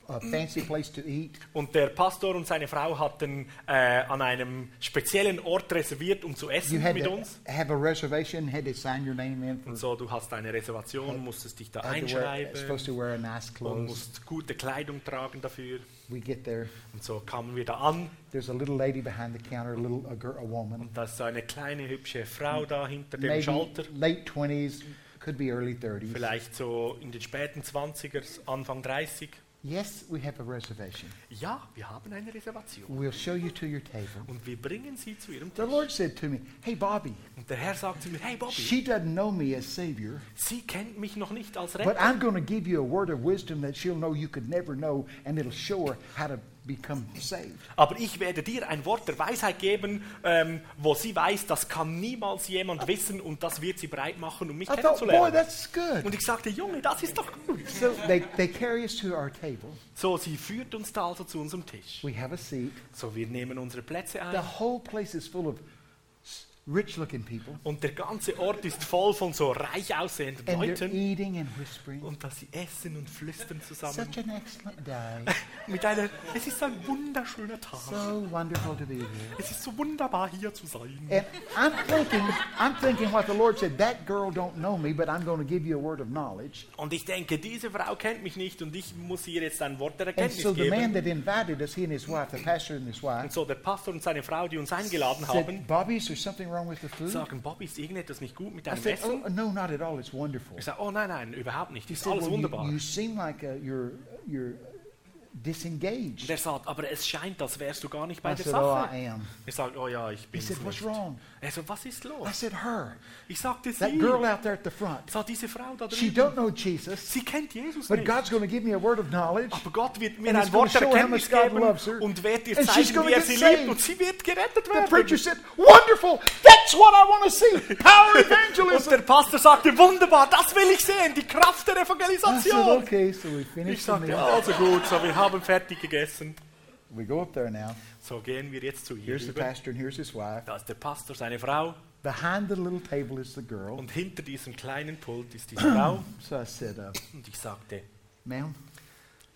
Speaker 1: a fancy place to eat.
Speaker 2: Und der Pastor und seine Frau hatten äh, an einem speziellen Ort reserviert, um zu
Speaker 1: You
Speaker 2: essen
Speaker 1: had
Speaker 2: mit
Speaker 1: to
Speaker 2: uns.
Speaker 1: have a reservation, had to sign your name in for
Speaker 2: Und so, du hast eine Reservation, musstest dich da
Speaker 1: had to wear, supposed
Speaker 2: einschreiben
Speaker 1: to wear nice
Speaker 2: und
Speaker 1: clothes.
Speaker 2: musst gute Kleidung tragen dafür.
Speaker 1: We get there.
Speaker 2: Und so kamen wir da an.
Speaker 1: There's a little lady behind the counter, a little a, girl, a woman,
Speaker 2: Da ist so eine kleine hübsche Frau da hinter dem
Speaker 1: maybe
Speaker 2: Schalter.
Speaker 1: late twenties, could be early thirties.
Speaker 2: Vielleicht so in den späten 20er, Anfang 30.
Speaker 1: Yes, we have a reservation.
Speaker 2: Ja, wir haben eine Reservation.
Speaker 1: We'll show you to your table.
Speaker 2: Und wir bringen sie zu ihrem
Speaker 1: The
Speaker 2: Tisch.
Speaker 1: Lord said to me, "Hey, Bobby,
Speaker 2: Und der Herr sagt zu mir, hey Bobby,
Speaker 1: she doesn't know me as Savior,
Speaker 2: sie kennt mich noch nicht als
Speaker 1: but
Speaker 2: Retter,
Speaker 1: I'm going to give you a word of wisdom that she'll know you could never know, and it'll show her how to become saved."
Speaker 2: aber ich werde dir ein Wort der Weisheit geben, ähm, wo sie weiß, das kann niemals jemand wissen und das wird sie breit machen, um mich
Speaker 1: I thought, "Boy,
Speaker 2: kennenzulernen.
Speaker 1: that's good."
Speaker 2: Und ich sagte, Junge, das ist doch gut.
Speaker 1: So they, they carry us to our table.
Speaker 2: So, sie führt uns da also zu unserem Tisch.
Speaker 1: We have a seat.
Speaker 2: So, wir nehmen unsere Plätze
Speaker 1: The
Speaker 2: ein
Speaker 1: whole place is full of s- rich-looking people,
Speaker 2: und der ganze Ort ist voll von so reich aussehenden
Speaker 1: and they're
Speaker 2: Leuten.
Speaker 1: eating and whispering.
Speaker 2: Und dass sie essen und flüstern zusammen.
Speaker 1: Such an excellent day.
Speaker 2: Mit einer, es ist ein wunderschöner Tag.
Speaker 1: So wonderful to be here.
Speaker 2: Es ist so wunderbar, hier zu sein.
Speaker 1: And I'm thinking, I'm thinking what the Lord said. That girl don't know me, but I'm going to give you a word of knowledge.
Speaker 2: Und ich denke, diese Frau kennt mich nicht und ich muss ihr jetzt ein Wort der
Speaker 1: And
Speaker 2: Erkenntnis
Speaker 1: so the man
Speaker 2: geben.
Speaker 1: that invited us, he and his wife, the pastor and his
Speaker 2: Und
Speaker 1: wife,
Speaker 2: so der Pastor und seine Frau, die uns eingeladen haben,
Speaker 1: said, "Bobby, is there something wrong with the food?"
Speaker 2: sagen, Bobby, ist irgendetwas nicht gut mit
Speaker 1: I
Speaker 2: deinem
Speaker 1: said, "Oh,
Speaker 2: Essen?
Speaker 1: no, not at all. It's wonderful."
Speaker 2: Ich sage, oh nein, nein, überhaupt nicht.
Speaker 1: He
Speaker 2: Ist
Speaker 1: said,
Speaker 2: alles
Speaker 1: "Well, you,
Speaker 2: wunderbar.
Speaker 1: you seem like uh, you're you're disengaged."
Speaker 2: Und er sagt, aber es scheint, als wärst du gar nicht bei
Speaker 1: I
Speaker 2: der
Speaker 1: said, "Oh, I
Speaker 2: Sache.
Speaker 1: am."
Speaker 2: Ich sage, oh ja, ich bin
Speaker 1: He said,
Speaker 2: es
Speaker 1: "What's
Speaker 2: nicht.
Speaker 1: wrong?"
Speaker 2: Er so, was ist
Speaker 1: I
Speaker 2: los?
Speaker 1: said, "Her,
Speaker 2: Ich sagte
Speaker 1: that
Speaker 2: sie.
Speaker 1: girl out there at the front.
Speaker 2: Ich sag, diese Frau da
Speaker 1: She
Speaker 2: drüben,
Speaker 1: don't know Jesus,
Speaker 2: sie kennt Jesus
Speaker 1: but
Speaker 2: nicht.
Speaker 1: God's going to give me a word of knowledge."
Speaker 2: Aber Gott wird mir
Speaker 1: And he's
Speaker 2: ein Wort der
Speaker 1: gonna show how
Speaker 2: Erkenntnis
Speaker 1: much God
Speaker 2: geben
Speaker 1: loves her.
Speaker 2: und wird dir
Speaker 1: And she's
Speaker 2: zeigen,
Speaker 1: gonna
Speaker 2: wie er
Speaker 1: get
Speaker 2: sie
Speaker 1: saved.
Speaker 2: liebt und sie wird gerettet
Speaker 1: The preacher
Speaker 2: werden.
Speaker 1: said, Wonderful! That's what I want to see! Power
Speaker 2: Und
Speaker 1: evangelism!
Speaker 2: der Pastor sagte, wunderbar, das will ich sehen, die Kraft der
Speaker 1: I said,
Speaker 2: Evangelisation.
Speaker 1: Okay, so we finish
Speaker 2: Ich
Speaker 1: the
Speaker 2: sagte,
Speaker 1: meal.
Speaker 2: also gut, so wir haben fertig gegessen.
Speaker 1: We go up there now.
Speaker 2: So gehen wir jetzt zu ihr
Speaker 1: Here's the
Speaker 2: rüber.
Speaker 1: pastor and here's his wife.
Speaker 2: Da ist der Pastor, seine Frau
Speaker 1: Behind the little table is the girl.
Speaker 2: und hinter diesem kleinen Pult ist diese Frau.
Speaker 1: So I said, uh,
Speaker 2: Und ich sagte,
Speaker 1: Ma'am,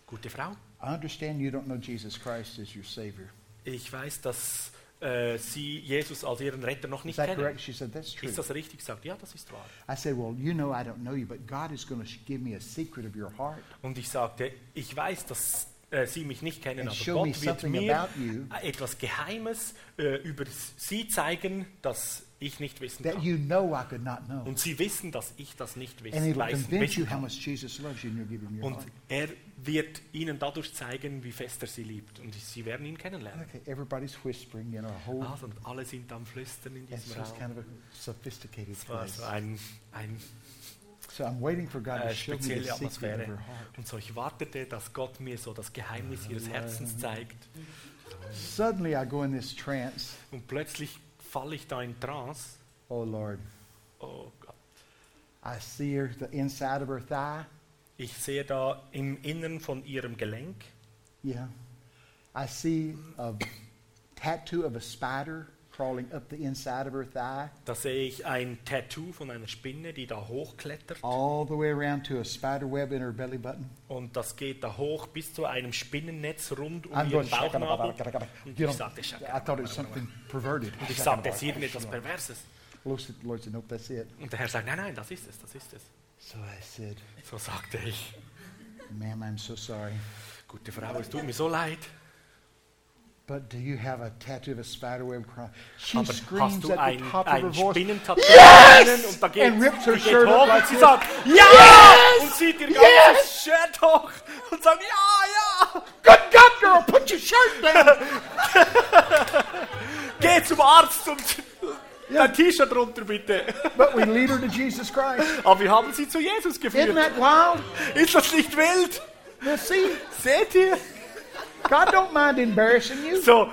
Speaker 2: gute Frau,
Speaker 1: I understand you don't know Jesus Christ as your Savior.
Speaker 2: ich weiß, dass äh, Sie Jesus als Ihren Retter noch
Speaker 1: Is
Speaker 2: nicht
Speaker 1: that
Speaker 2: kennen.
Speaker 1: correct? She said, That's true.
Speaker 2: Ist das richtig? Sagt, ja, das ist wahr.
Speaker 1: I said, Well, you know I don't know you, but God is going to give me a secret of your heart.
Speaker 2: Und ich sagte, ich weiß, dass äh, Sie mich nicht kennen,
Speaker 1: And
Speaker 2: aber
Speaker 1: show me
Speaker 2: Gott wird
Speaker 1: something
Speaker 2: mir
Speaker 1: about you
Speaker 2: etwas Geheimes äh, über s- Sie zeigen, das ich nicht wissen
Speaker 1: that
Speaker 2: kann.
Speaker 1: you know I could not know.
Speaker 2: Und Sie wissen, dass ich das nicht
Speaker 1: Um, And Um,
Speaker 2: wissen,
Speaker 1: it'll
Speaker 2: leisten,
Speaker 1: convince you
Speaker 2: wissen
Speaker 1: how
Speaker 2: kann.
Speaker 1: much Jesus loves you and you'll give him your
Speaker 2: Und
Speaker 1: heart.
Speaker 2: er wird Ihnen dadurch zeigen, wie fest er Sie liebt. Und Sie werden ihn kennenlernen.
Speaker 1: Okay, everybody's whispering, you know, a whole
Speaker 2: Also, und alle sind am Flüstern in
Speaker 1: It's
Speaker 2: diesem
Speaker 1: just
Speaker 2: Raum.
Speaker 1: kind of a sophisticated
Speaker 2: Es war
Speaker 1: place.
Speaker 2: so ein, ein
Speaker 1: So I'm waiting for God
Speaker 2: äh,
Speaker 1: to show me the
Speaker 2: spezielle
Speaker 1: secret of her
Speaker 2: Atmosphäre.
Speaker 1: heart.
Speaker 2: Und so ich wartete, dass Gott mir so das Geheimnis ihres Herzens zeigt.
Speaker 1: Suddenly I go in this trance.
Speaker 2: Und plötzlich falle ich da in Trance.
Speaker 1: Oh Lord,
Speaker 2: Oh Gott.
Speaker 1: I see her, the inside of her thigh.
Speaker 2: Ich sehe da im Innern von ihrem Gelenk,
Speaker 1: Yeah. I see a tattoo of a spider crawling up the inside of her thigh,
Speaker 2: da sehe ich ein Tattoo von einer Spinne, die da hochklettert.
Speaker 1: all the way around to a spider web in her belly button.
Speaker 2: Und das geht da hoch bis zu einem Spinnennetz rund um
Speaker 1: I'm going,
Speaker 2: ihren Bauchnabel.
Speaker 1: "Shakabadabadabadabada."
Speaker 2: Und
Speaker 1: you
Speaker 2: ich
Speaker 1: know,
Speaker 2: sagte, Shaka.
Speaker 1: I thought it was something perverted.
Speaker 2: Und ich sagte, es ist irgendetwas Perverses.
Speaker 1: Lord said, Lord said, nope, that's it.
Speaker 2: Und der Herr sagt, nein, nein, das ist es, das ist es.
Speaker 1: So I said,
Speaker 2: So sagte ich,
Speaker 1: ma'am, I'm so sorry.
Speaker 2: gute Frau, es tut mir so leid.
Speaker 1: But do you have a tattoo of a spider web crawling? She
Speaker 2: Aber hast
Speaker 1: screams
Speaker 2: du
Speaker 1: at
Speaker 2: ein,
Speaker 1: the top of her
Speaker 2: ein
Speaker 1: voice.
Speaker 2: Spinnentattoo
Speaker 1: Yes!
Speaker 2: und da geht,
Speaker 1: And rips her
Speaker 2: die geht
Speaker 1: shirt up
Speaker 2: hoch
Speaker 1: like
Speaker 2: und sie
Speaker 1: this.
Speaker 2: sagt ja
Speaker 1: Yes!
Speaker 2: und zieht ihr ganzes
Speaker 1: Yes!
Speaker 2: Shirt hoch und sagt ja,
Speaker 1: Good God, girl, put your shirt down.
Speaker 2: ja, geh zum Arzt und dein T-Shirt runter bitte.
Speaker 1: but we lead her to Jesus Christ.
Speaker 2: Aber wir haben sie zu Jesus
Speaker 1: Isn't
Speaker 2: geführt.
Speaker 1: that wild?
Speaker 2: Ist das nicht wild?
Speaker 1: Now see,
Speaker 2: Seht ihr?
Speaker 1: God don't mind embarrassing you.
Speaker 2: So,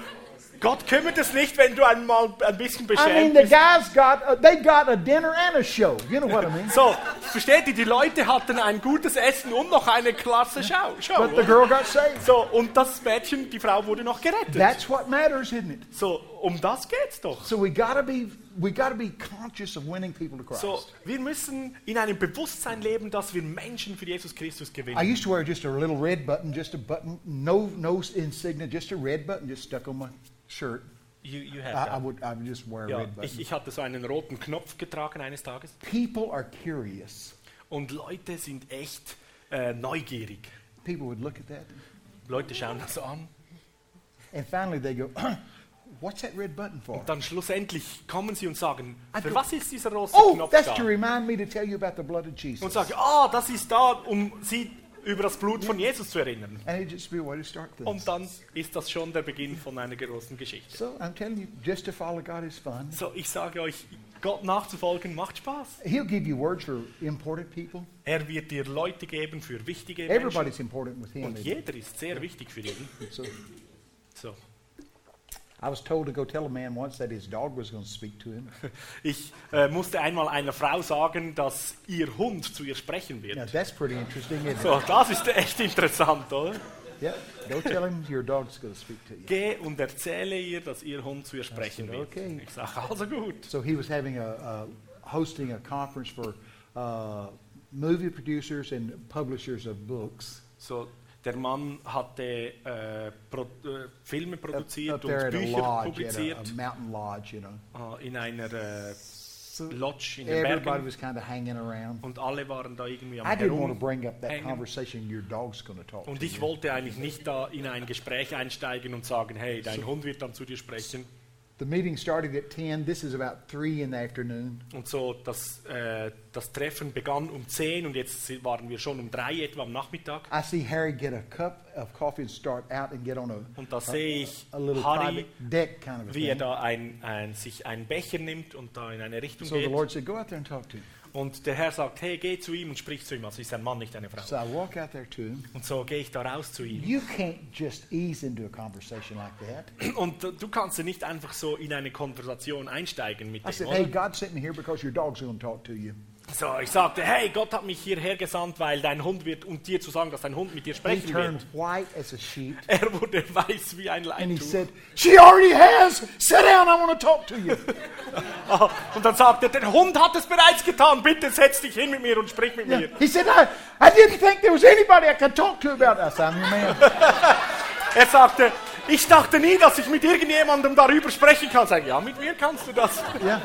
Speaker 2: Gott kümmert es nicht, wenn du einmal ein bisschen
Speaker 1: I mean,
Speaker 2: beschämt
Speaker 1: the
Speaker 2: bist.
Speaker 1: guys got uh, they got a dinner and a show. You know what I mean?
Speaker 2: So, versteht ihr, die Leute hatten ein gutes Essen und noch eine klasse Schau. Schau
Speaker 1: But the
Speaker 2: oder?
Speaker 1: girl got saved.
Speaker 2: so, und das Mädchen, die Frau wurde noch gerettet.
Speaker 1: That's what matters, isn't it?
Speaker 2: So, Um das geht's doch.
Speaker 1: So we gotta be we gotta be conscious of winning people to Christ.
Speaker 2: So, wir müssen in einem Bewusstsein leben, dass wir Menschen für Jesus Christus
Speaker 1: I
Speaker 2: gewinnen.
Speaker 1: used to wear just a little red button, just a button, no no insignia, just a red button, just stuck on my shirt.
Speaker 2: You, you
Speaker 1: I,
Speaker 2: have
Speaker 1: I
Speaker 2: that.
Speaker 1: would I would just wear a
Speaker 2: ja,
Speaker 1: red
Speaker 2: ich,
Speaker 1: button.
Speaker 2: ich hatte so einen roten Knopf getragen eines Tages.
Speaker 1: People are curious.
Speaker 2: Und Leute sind echt äh, neugierig.
Speaker 1: People would look at that,
Speaker 2: Leute schauen das an.
Speaker 1: and finally they go, "What's that red button for?"
Speaker 2: Und dann schlussendlich kommen sie und sagen,
Speaker 1: Ah,
Speaker 2: für
Speaker 1: du-
Speaker 2: was ist dieser rote
Speaker 1: Oh,
Speaker 2: Knopf
Speaker 1: that's
Speaker 2: da?
Speaker 1: to remind me to tell you about the blood of Jesus.
Speaker 2: Und sagen, ah, das ist da, um sie über das Blut von Jesus zu erinnern.
Speaker 1: And it just be a way to start things.
Speaker 2: Und dann ist das schon der Beginn von einer großen Geschichte.
Speaker 1: So I'm telling you, just to follow God is fun.
Speaker 2: So, ich sage euch, Gott nachzufolgen macht Spaß.
Speaker 1: He'll give you words for important people.
Speaker 2: Er wird dir Leute geben für wichtige Menschen.
Speaker 1: Everybody's important with Him.
Speaker 2: Und jeder ist sehr wichtig für jeden.
Speaker 1: So
Speaker 2: So.
Speaker 1: I was told to go tell a man once that his dog was going to speak to him.
Speaker 2: Ich äh, musste einmal einer Frau sagen, dass ihr Hund zu ihr sprechen wird.
Speaker 1: Now that's pretty interesting, isn't it?
Speaker 2: So, das ist echt interessant, oder?
Speaker 1: Yeah. Go tell him your dog's going to speak to you.
Speaker 2: Geh und erzähle ihr, dass ihr Hund zu ihr sprechen wird.
Speaker 1: okay.
Speaker 2: Ich sage, also gut.
Speaker 1: So he was having a, a hosting a conference for uh, movie producers and publishers of books.
Speaker 2: So, der Mann hatte äh, Pro äh, Filme
Speaker 1: Up,
Speaker 2: produziert
Speaker 1: up
Speaker 2: und
Speaker 1: there at a
Speaker 2: Bücher
Speaker 1: lodge, at a,
Speaker 2: publiziert
Speaker 1: a mountain lodge, you know.
Speaker 2: ah, in einer äh,
Speaker 1: So
Speaker 2: Lodge in den
Speaker 1: um, everybody
Speaker 2: Bergen.
Speaker 1: was kind of hanging around.
Speaker 2: Und alle waren da irgendwie am
Speaker 1: I didn't want to
Speaker 2: Herum.
Speaker 1: bring up that
Speaker 2: hanging.
Speaker 1: conversation. Your dog's going to talk.
Speaker 2: Und
Speaker 1: to
Speaker 2: ich
Speaker 1: you.
Speaker 2: wollte eigentlich nicht da in ein Gespräch einsteigen und sagen, hey, dein Hund wird dann zu dir sprechen.
Speaker 1: The meeting started at ten. This is about three in the afternoon.
Speaker 2: Und so, das, äh, das Treffen begann um 10 und jetzt si- waren wir schon um 3 etwa am Nachmittag.
Speaker 1: I see Harry get a cup of coffee and start out and get on a,
Speaker 2: Und da sehe ich
Speaker 1: a little
Speaker 2: Harry,
Speaker 1: private deck kind of a
Speaker 2: wie er
Speaker 1: thing.
Speaker 2: da ein, ein, sich einen Becher nimmt und da in eine Richtung
Speaker 1: So the
Speaker 2: geht.
Speaker 1: Lord said, "Go out there and talk to him."
Speaker 2: Und der Herr sagt, hey, geh zu ihm und sprich zu ihm. Also ist ein Mann, nicht eine Frau.
Speaker 1: So I walk out there to him.
Speaker 2: Und so gehe ich da raus zu ihm.
Speaker 1: You can't just ease into a conversation like that.
Speaker 2: Und äh, du kannst ja nicht einfach so in eine Konversation einsteigen mit
Speaker 1: I
Speaker 2: ihm.
Speaker 1: said, Also, "Hey,
Speaker 2: Oder?
Speaker 1: God sent me here because your dog's going to talk to you."
Speaker 2: So, ich sagte, hey, Gott hat mich hierher gesandt, weil dein Hund wird, um dir zu sagen, dass dein Hund mit dir
Speaker 1: He
Speaker 2: sprechen
Speaker 1: turned
Speaker 2: wird.
Speaker 1: white as a sheet
Speaker 2: Er wurde weiß wie ein
Speaker 1: and he
Speaker 2: Leintuch.
Speaker 1: said, "She already has. Sit down. I want to talk to you."
Speaker 2: Ah, Und dann sagt er, der Hund hat es bereits getan, bitte setz dich hin mit mir und sprich mit
Speaker 1: Yeah.
Speaker 2: mir.
Speaker 1: He said, I, I didn't think there was anybody I could talk to about this. I'm your man.
Speaker 2: Er sagte, ich dachte nie, dass ich mit irgendjemandem darüber sprechen kann. Sag, ja, mit mir kannst du das.
Speaker 1: Yeah.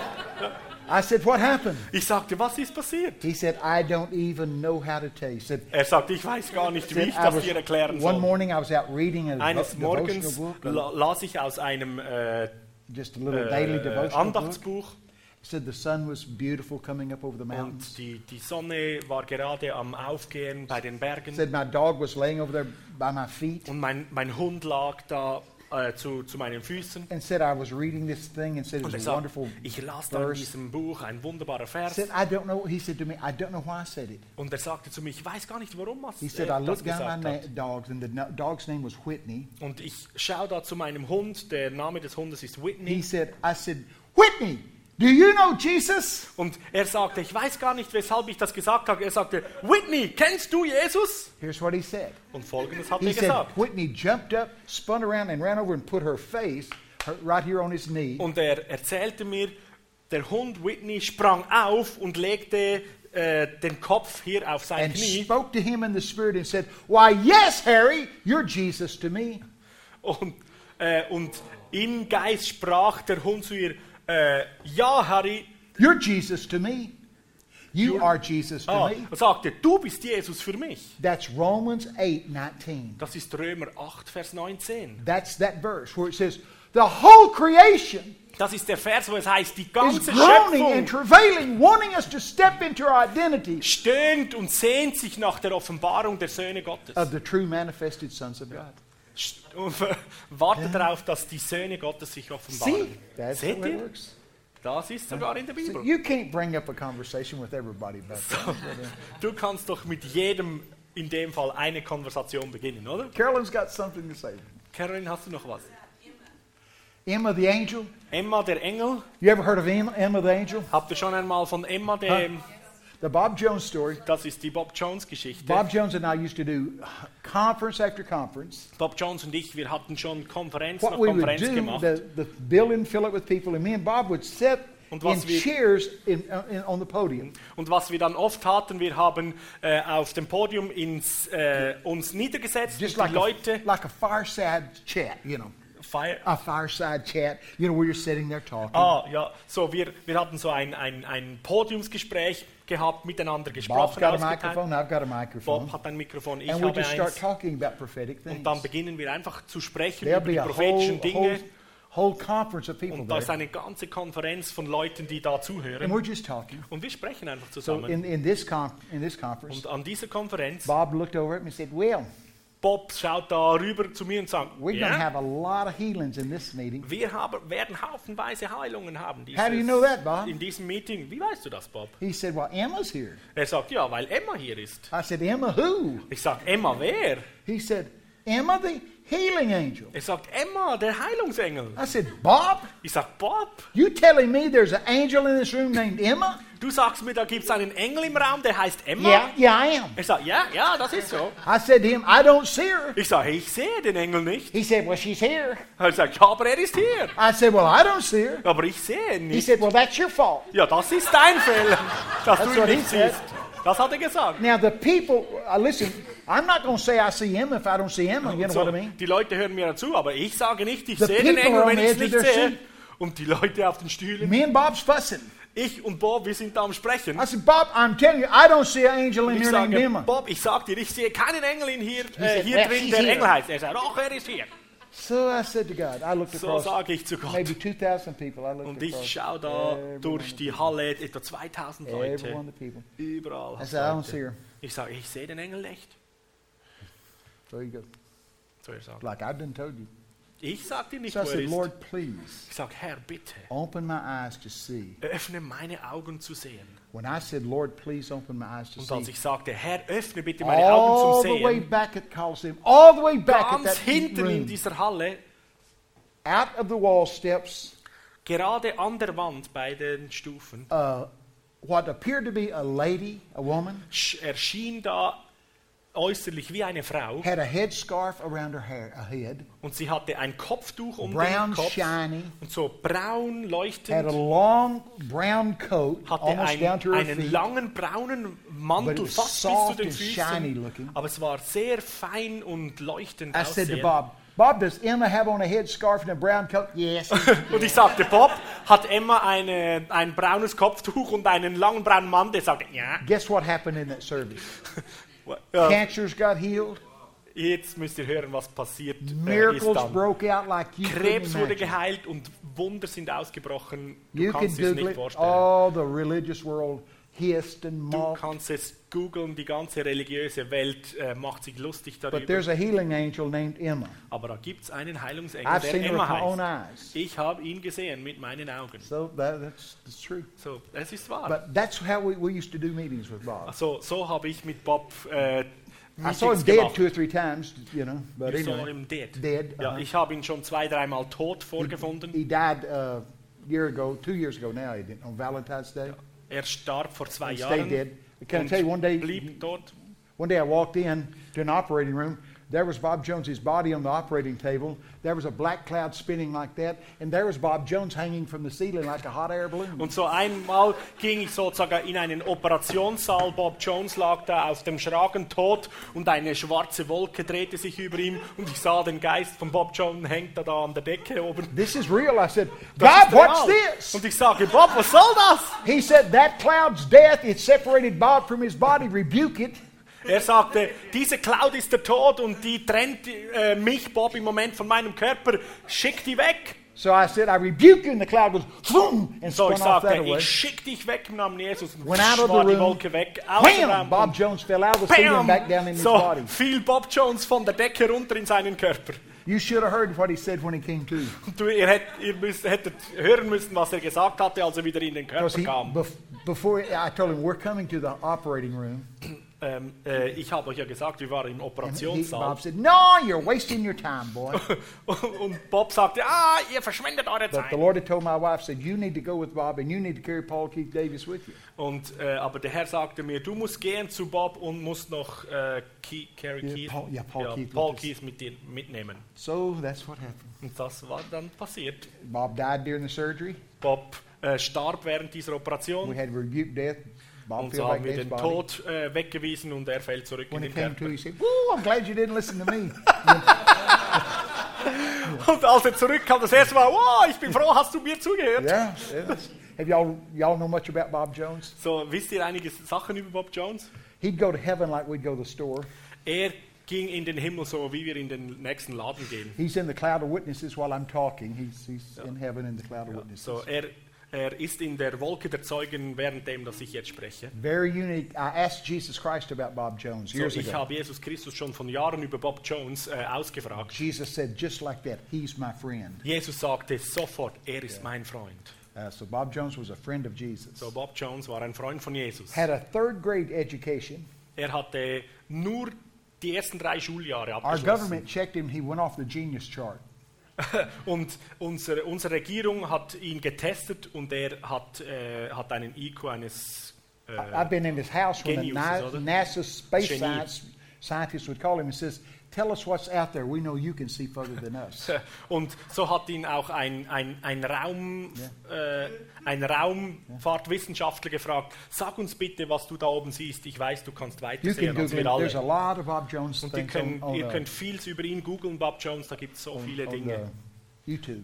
Speaker 1: I said, What happened?
Speaker 2: Ich sagte, was ist passiert?
Speaker 1: He said, I don't even know how to tell you. He said,
Speaker 2: Er sagte, ich weiß gar nicht, wie
Speaker 1: said,
Speaker 2: ich
Speaker 1: I
Speaker 2: das dir erklären
Speaker 1: was, one
Speaker 2: soll.
Speaker 1: morning I was out reading a
Speaker 2: Eines
Speaker 1: devo-
Speaker 2: Morgens
Speaker 1: devotional book,
Speaker 2: la- las ich aus einem äh,
Speaker 1: just a little daily
Speaker 2: äh,
Speaker 1: devotional book.
Speaker 2: Andachtsbuch
Speaker 1: He said, The sun was beautiful coming up over the mountains.
Speaker 2: und die, die Sonne war gerade am Aufgehen bei den
Speaker 1: He
Speaker 2: Bergen
Speaker 1: said, My dog was laying over there by my feet.
Speaker 2: und mein, mein Hund lag da äh, zu, zu meinen Füßen.
Speaker 1: And said, I was reading this thing and said, It
Speaker 2: Und er
Speaker 1: was a
Speaker 2: sagt,
Speaker 1: wonderful
Speaker 2: ich las da in
Speaker 1: verse.
Speaker 2: diesem Buch ein wunderbarer
Speaker 1: He
Speaker 2: Vers.
Speaker 1: said, I don't know. He said to me, I don't know why I said it.
Speaker 2: Und er sagte zu mir, ich weiß gar nicht, warum was
Speaker 1: He
Speaker 2: er
Speaker 1: said, I
Speaker 2: das
Speaker 1: looked down my
Speaker 2: gesagt
Speaker 1: na-
Speaker 2: hat.
Speaker 1: dogs, and the no- dog's name was Whitney.
Speaker 2: Und ich schaue da zu meinem Hund, der Name des Hundes ist
Speaker 1: He
Speaker 2: Whitney.
Speaker 1: said, I said, Whitney, do you know Jesus?
Speaker 2: Und er sagte, ich weiß gar nicht, weshalb ich das gesagt habe. Er sagte, Whitney, kennst du Jesus?
Speaker 1: Here's what he said.
Speaker 2: Und folgendes hat
Speaker 1: He
Speaker 2: er
Speaker 1: said,
Speaker 2: gesagt.
Speaker 1: Whitney jumped up, spun around, and ran over and put her face her, right here on his knee.
Speaker 2: Und er erzählte mir, der Hund Whitney sprang auf und legte äh, den Kopf hier auf sein
Speaker 1: And
Speaker 2: Knie.
Speaker 1: spoke to him in the spirit and said, Why, yes, Harry, you're Jesus to me.
Speaker 2: Und, äh, und im Geist sprach der Hund zu ihr, äh, ja Harry,
Speaker 1: You're Jesus to me. You are Jesus to
Speaker 2: ah,
Speaker 1: me.
Speaker 2: und sagte, du bist Jesus für mich.
Speaker 1: That's Romans 8 19.
Speaker 2: Das ist Römer 8, Vers 19.
Speaker 1: That's that verse where it says, The whole creation
Speaker 2: Das ist der Vers, wo es heißt, die
Speaker 1: is
Speaker 2: ganze
Speaker 1: groaning and
Speaker 2: Schöpfung
Speaker 1: travailing, wanting us to step into our identity
Speaker 2: stöhnt und sehnt sich nach der Offenbarung der Söhne Gottes.
Speaker 1: of the true manifested sons of God.
Speaker 2: St- und Wartet darauf, dass die Söhne Gottes sich
Speaker 1: See,
Speaker 2: offenbaren.
Speaker 1: that's the
Speaker 2: Seht
Speaker 1: way it
Speaker 2: ihr?
Speaker 1: works.
Speaker 2: Das ist sogar in der
Speaker 1: See,
Speaker 2: Bibel.
Speaker 1: you can't bring up a conversation with everybody about that.
Speaker 2: Du kannst doch mit jedem in dem Fall eine Konversation beginnen, oder?
Speaker 1: Carolyn's got something to say.
Speaker 2: Caroline, hast du noch was?
Speaker 1: Emma the angel.
Speaker 2: Emma der Engel.
Speaker 1: You ever heard of Emma, Emma the angel?
Speaker 2: Habt ihr schon einmal von Emma, dem
Speaker 1: The Bob Jones story.
Speaker 2: Das ist die Bob Jones Geschichte.
Speaker 1: Bob Jones and I used to do conference after conference.
Speaker 2: Bob Jones und ich, wir hatten schon Konferenz nach
Speaker 1: What we would
Speaker 2: Konferenz
Speaker 1: do,
Speaker 2: gemacht.
Speaker 1: the, the building, fill it with people, and me and Bob would sit
Speaker 2: Und
Speaker 1: in
Speaker 2: was wir-
Speaker 1: chairs in, uh, in, on the podium.
Speaker 2: Und was wir dann oft hatten, wir haben äh, auf dem Podium ins, äh, uns niedergesetzt
Speaker 1: Just
Speaker 2: und die
Speaker 1: like a,
Speaker 2: Leute
Speaker 1: like a fireside chat, you know.
Speaker 2: feier.
Speaker 1: A fireside chat, you know, where you're sitting there talking.
Speaker 2: Ah, ja, so wir, wir hatten so ein, ein, ein Podiumsgespräch gehabt, miteinander
Speaker 1: Bob's
Speaker 2: gesprochen,
Speaker 1: got a
Speaker 2: ausgeteilt.
Speaker 1: microphone, I've got a microphone.
Speaker 2: Bob hat ein Mikrofon, ich
Speaker 1: and we
Speaker 2: habe
Speaker 1: just start
Speaker 2: eins.
Speaker 1: talking about prophetic
Speaker 2: Und
Speaker 1: things.
Speaker 2: dann beginnen wir einfach zu sprechen
Speaker 1: There'll
Speaker 2: über
Speaker 1: be
Speaker 2: die
Speaker 1: a whole,
Speaker 2: prophetischen
Speaker 1: whole,
Speaker 2: Dinge.
Speaker 1: whole conference of people
Speaker 2: Und da
Speaker 1: there.
Speaker 2: ist eine ganze Konferenz von Leuten, die da
Speaker 1: And
Speaker 2: zuhören.
Speaker 1: we're just talking.
Speaker 2: Und wir sprechen einfach
Speaker 1: So
Speaker 2: zusammen.
Speaker 1: in, in, this con in this conference,
Speaker 2: Und an dieser Konferenz,
Speaker 1: Bob looked over at me and said, Well,
Speaker 2: Bob schaut da rüber zu mir und sagt,
Speaker 1: we're going to
Speaker 2: "Ja,
Speaker 1: have a lot of healings in this meeting.
Speaker 2: wir haben, werden haufenweise Heilungen haben dieses,
Speaker 1: How do you know that, Bob?
Speaker 2: in diesem Meeting. Wie weißt du das, Bob?
Speaker 1: He said, Well, Emma's here.
Speaker 2: Er sagt, ja, weil Emma hier ist.
Speaker 1: I said, Emma who?
Speaker 2: Ich sage, Emma wer?
Speaker 1: He said, Emma the healing angel.
Speaker 2: Er sagt, Emma, der Heilungsengel.
Speaker 1: I said, Bob,
Speaker 2: Ich sage, Bob,
Speaker 1: you telling me there's an angel in this room named Emma?
Speaker 2: du sagst mir, da gibt es einen Engel im Raum, der heißt Emma?
Speaker 1: Yeah, yeah, I am.
Speaker 2: Er sagt, ja, ja, das ist so.
Speaker 1: I said to him, I don't see her.
Speaker 2: Ich sage, ich sehe den Engel nicht.
Speaker 1: He said, Well, she's here.
Speaker 2: Er sagt, ja, aber er ist hier.
Speaker 1: I said, Well, I don't see her.
Speaker 2: Aber ich sehe ihn
Speaker 1: He
Speaker 2: nicht.
Speaker 1: said, Well, that's your fault.
Speaker 2: Ja, das ist dein Fehler, dass
Speaker 1: That's
Speaker 2: du
Speaker 1: what
Speaker 2: ihn
Speaker 1: he
Speaker 2: nicht
Speaker 1: said.
Speaker 2: siehst. Das hat er gesagt.
Speaker 1: Now, the people, uh, listen, I'm not going to say I see Emma if I don't see Emma. You know
Speaker 2: So,
Speaker 1: what I mean?
Speaker 2: die Leute hören mir zu, aber ich sage nicht, ich
Speaker 1: The
Speaker 2: sehe den
Speaker 1: people are
Speaker 2: Engel,
Speaker 1: on
Speaker 2: wenn
Speaker 1: the
Speaker 2: ich es
Speaker 1: edge of
Speaker 2: nicht
Speaker 1: their
Speaker 2: sehe. Und die Leute auf den Stühlen,
Speaker 1: Me and Bob's fussing.
Speaker 2: ich und Bob, wir sind da am Sprechen.
Speaker 1: I said, Bob, I'm telling you, I don't see an angel in
Speaker 2: Ich
Speaker 1: here named
Speaker 2: sage,
Speaker 1: Emma.
Speaker 2: Bob, ich sag dir, ich sehe keinen Engel in hier, äh,
Speaker 1: said,
Speaker 2: hier
Speaker 1: "Well,
Speaker 2: drin,
Speaker 1: he's
Speaker 2: der
Speaker 1: here."
Speaker 2: Engel heißt. Er sagt, ach, er ist hier.
Speaker 1: So I said to God, I looked
Speaker 2: So
Speaker 1: across
Speaker 2: sage ich zu Gott.
Speaker 1: maybe 2,000 people. I looked
Speaker 2: Und
Speaker 1: across
Speaker 2: ich schaue da
Speaker 1: every
Speaker 2: durch die Halle, etwa 2000
Speaker 1: one- every one
Speaker 2: Leute.
Speaker 1: of the people.
Speaker 2: Überall.
Speaker 1: I
Speaker 2: hat's
Speaker 1: said, I don't
Speaker 2: Leute.
Speaker 1: see her.
Speaker 2: Ich sage, ich sehe den Engel nicht.
Speaker 1: So he goes,
Speaker 2: So er sagt,
Speaker 1: like I've been told you.
Speaker 2: ich sag dir nicht,
Speaker 1: So I
Speaker 2: wo er
Speaker 1: said,
Speaker 2: ist.
Speaker 1: Lord, please
Speaker 2: Ich sage, Herr, bitte,
Speaker 1: open my eyes to see.
Speaker 2: öffne meine Augen zu sehen.
Speaker 1: When I said, Lord, please open my eyes to
Speaker 2: Und als
Speaker 1: see,
Speaker 2: ich sagte, Herr, öffne bitte meine Augen
Speaker 1: all
Speaker 2: zum
Speaker 1: the way
Speaker 2: Sehen,
Speaker 1: back at Coliseum, all the way back at
Speaker 2: ganz
Speaker 1: that
Speaker 2: hinten in
Speaker 1: room,
Speaker 2: dieser Halle,
Speaker 1: out of the wall steps,
Speaker 2: gerade an der Wand bei den Stufen,
Speaker 1: uh, what appeared to be a lady, a woman,
Speaker 2: sch- erschien da äußerlich wie eine Frau
Speaker 1: had a headscarf around her hair, a head,
Speaker 2: und sie hatte ein Kopftuch um
Speaker 1: brown,
Speaker 2: den Kopf
Speaker 1: shiny,
Speaker 2: und so braun
Speaker 1: had a
Speaker 2: leuchtend,
Speaker 1: long brown coat,
Speaker 2: hatte
Speaker 1: almost down
Speaker 2: ein,
Speaker 1: to her
Speaker 2: einen
Speaker 1: feet.
Speaker 2: langen braunen
Speaker 1: But it
Speaker 2: Mantel
Speaker 1: was
Speaker 2: fast bis zu
Speaker 1: soft
Speaker 2: den
Speaker 1: and shiny looking.
Speaker 2: Füßen, aber es war sehr fein und leuchtend
Speaker 1: I said to
Speaker 2: aussehend.
Speaker 1: Bob, Bob, does Emma have on a headscarf and a brown coat? Yes.
Speaker 2: Und ich sagte, Bob, hat Emma eine, ein braunes Kopftuch und einen langen braunen Mantel? Er sagte, ja.
Speaker 1: Guess what happened in that service?
Speaker 2: Ja,
Speaker 1: Cancers got healed.
Speaker 2: Jetzt müsst ihr hören, was passiert äh, ist
Speaker 1: Miracles
Speaker 2: dann.
Speaker 1: broke out like you couldn't
Speaker 2: Krebs wurde
Speaker 1: imagine.
Speaker 2: geheilt und Wunder sind ausgebrochen. Du
Speaker 1: You can
Speaker 2: kannst es
Speaker 1: Google
Speaker 2: nicht
Speaker 1: it. Oh,
Speaker 2: vorstellen.
Speaker 1: All the religious world hissed and
Speaker 2: Du
Speaker 1: mocked.
Speaker 2: kannst es googeln, die ganze religiöse Welt äh, macht sich lustig
Speaker 1: But
Speaker 2: darüber.
Speaker 1: there's a healing angel named Emma.
Speaker 2: Aber da gibt es einen Heilungsengel,
Speaker 1: I've
Speaker 2: der
Speaker 1: seen her with
Speaker 2: Emma
Speaker 1: my own
Speaker 2: heißt.
Speaker 1: eyes.
Speaker 2: Ich habe ihn gesehen mit meinen Augen.
Speaker 1: So that, that's, that's true.
Speaker 2: So, es ist wahr.
Speaker 1: But that's how we, we used to do meetings with Bob.
Speaker 2: also, so habe ich mit Bob äh,
Speaker 1: I saw him
Speaker 2: Meetings
Speaker 1: dead
Speaker 2: gemacht.
Speaker 1: two or three times, you know. But
Speaker 2: You saw
Speaker 1: anyway,
Speaker 2: him dead.
Speaker 1: Dead,
Speaker 2: Ja,
Speaker 1: aha.
Speaker 2: ich habe ihn schon zwei, dreimal tot vorgefunden.
Speaker 1: he died uh, a year ago, two years ago now, he didn't, on Valentine's Day.
Speaker 2: Er starb vor zwei
Speaker 1: He stayed
Speaker 2: Jahren.
Speaker 1: dead. I can
Speaker 2: und
Speaker 1: tell you one day,
Speaker 2: blieb tot.
Speaker 1: one day I walked in to an operating room. There was Bob Jones's body on the operating table. There was a black cloud spinning like that, and there was Bob Jones hanging from the ceiling like a hot air balloon.
Speaker 2: Und so einmal ging ich sozusagen in einen Operationssaal. Bob Jones lag da auf dem Schragen tot und eine schwarze Wolke drehte sich über ihm und ich sah den Geist von Bob Jones hängt da, da an der Decke oben.
Speaker 1: This is real. I said,
Speaker 2: Das
Speaker 1: Bob,
Speaker 2: ist real.
Speaker 1: what's this?
Speaker 2: Und ich sage, Bob, was soll das?
Speaker 1: He said, That cloud's death. It separated Bob from his body. Rebuke it.
Speaker 2: Er sagte, diese Cloud ist der Tod und die trennt äh, mich, Bob, im Moment von meinem Körper. Schick die weg.
Speaker 1: So I said, I rebuke you. And the cloud was boom and
Speaker 2: So,
Speaker 1: spun
Speaker 2: ich
Speaker 1: off
Speaker 2: sagte,
Speaker 1: that way.
Speaker 2: ich schick dich weg im Namen Jesus. Und
Speaker 1: Went out of
Speaker 2: war
Speaker 1: the
Speaker 2: die
Speaker 1: room.
Speaker 2: Wolke weg, aus
Speaker 1: Wham!
Speaker 2: dem Raum.
Speaker 1: Bob Jones fell out of the ceiling
Speaker 2: Bam!
Speaker 1: back down in his
Speaker 2: So
Speaker 1: body.
Speaker 2: fiel Bob Jones von der Decke runter in seinen Körper.
Speaker 1: You should have heard what he said when he came to.
Speaker 2: Und du, ihr, hätt, ihr müsst, hättet hören müssen, was er gesagt hatte, als er wieder in den
Speaker 1: Because
Speaker 2: Körper
Speaker 1: he,
Speaker 2: kam.
Speaker 1: bef- before I told him, we're coming to the operating room.
Speaker 2: ähm, äh, ich habe euch ja gesagt, wir waren im
Speaker 1: He,
Speaker 2: Operationssaal.
Speaker 1: Bob said, No, you're wasting your time, boy.
Speaker 2: Und Bob sagte, ah, ihr verschwendet eure
Speaker 1: But the
Speaker 2: Zeit.
Speaker 1: Lord had told my wife, said, You need to go with Bob and you need to carry Paul Keith Davis with you.
Speaker 2: Und, äh, aber der Herr sagte mir, du musst gehen zu Bob und musst noch äh, Ke Carrie
Speaker 1: Ja,
Speaker 2: Keith,
Speaker 1: Paul- ja, Paul Keith
Speaker 2: Paul
Speaker 1: Lucas.
Speaker 2: Keith mit dir mitnehmen.
Speaker 1: So that's what happened.
Speaker 2: Und das war dann passiert.
Speaker 1: Bob died during the surgery.
Speaker 2: Bob äh, starb während dieser
Speaker 1: We
Speaker 2: Operation
Speaker 1: had rebuked death. Bob
Speaker 2: und so
Speaker 1: fell
Speaker 2: haben
Speaker 1: back
Speaker 2: wir
Speaker 1: in his
Speaker 2: den
Speaker 1: body.
Speaker 2: Tod äh, weggewiesen und er fällt zurück in
Speaker 1: When
Speaker 2: den
Speaker 1: it came
Speaker 2: Kerker.
Speaker 1: to, he said, Woo, I'm glad you didn't listen to me.
Speaker 2: Und als er zurückkam, das erste Mal, wow, ich bin froh, hast du mir zugehört.
Speaker 1: yeah. yes. Have y'all, y'all know much about Bob Jones?
Speaker 2: So, wisst ihr einige Sachen über Bob Jones?
Speaker 1: He'd go to heaven like we'd go to the store.
Speaker 2: Er ging in den Himmel so, wie wir in den nächsten Laden gehen.
Speaker 1: He's in the cloud of witnesses while I'm talking. He's, he's in heaven in the cloud of witnesses.
Speaker 2: So, er, er ist in der Wolke der Zeugen, währenddem, dass ich jetzt spreche.
Speaker 1: Very unique. I asked Jesus Christ about Bob Jones
Speaker 2: So,
Speaker 1: years
Speaker 2: ich
Speaker 1: ago.
Speaker 2: habe Jesus Christus schon von Jahren über Bob Jones äh, ausgefragt.
Speaker 1: Jesus said just like that, he's my friend.
Speaker 2: Jesus sagte sofort, er ist mein Freund.
Speaker 1: Uh, so Bob Jones was a friend of Jesus.
Speaker 2: So, Bob Jones war ein Freund von Jesus.
Speaker 1: Had a third grade education.
Speaker 2: Er hatte nur die ersten drei Schuljahre
Speaker 1: Our
Speaker 2: abgeschlossen.
Speaker 1: government checked him. He went off the genius chart.
Speaker 2: Und unsere, unsere Regierung hat ihn getestet und er hat, äh, hat einen IQ eines...
Speaker 1: I- I've been in his house when the
Speaker 2: Geniuses,
Speaker 1: Na-
Speaker 2: oder?
Speaker 1: NASA space
Speaker 2: Genie.
Speaker 1: science scientist would call him and says, "Tell us what's out there. We know you can see further than us."
Speaker 2: Und so hat ihn auch ein, ein, ein, Raum, äh, ein Raumfahrtwissenschaftler gefragt, sag uns bitte, was du da oben siehst. Ich weiß, du kannst weiter
Speaker 1: You can
Speaker 2: sehen als
Speaker 1: Google
Speaker 2: wir
Speaker 1: him. There's a
Speaker 2: alle.
Speaker 1: lot of Bob Jones
Speaker 2: Und ihr
Speaker 1: things on,
Speaker 2: könnt,
Speaker 1: on,
Speaker 2: ihr
Speaker 1: uh,
Speaker 2: könnt viel über ihn googeln, Bob Jones, da gibt es so viele
Speaker 1: on, uh,
Speaker 2: Dinge.
Speaker 1: YouTube.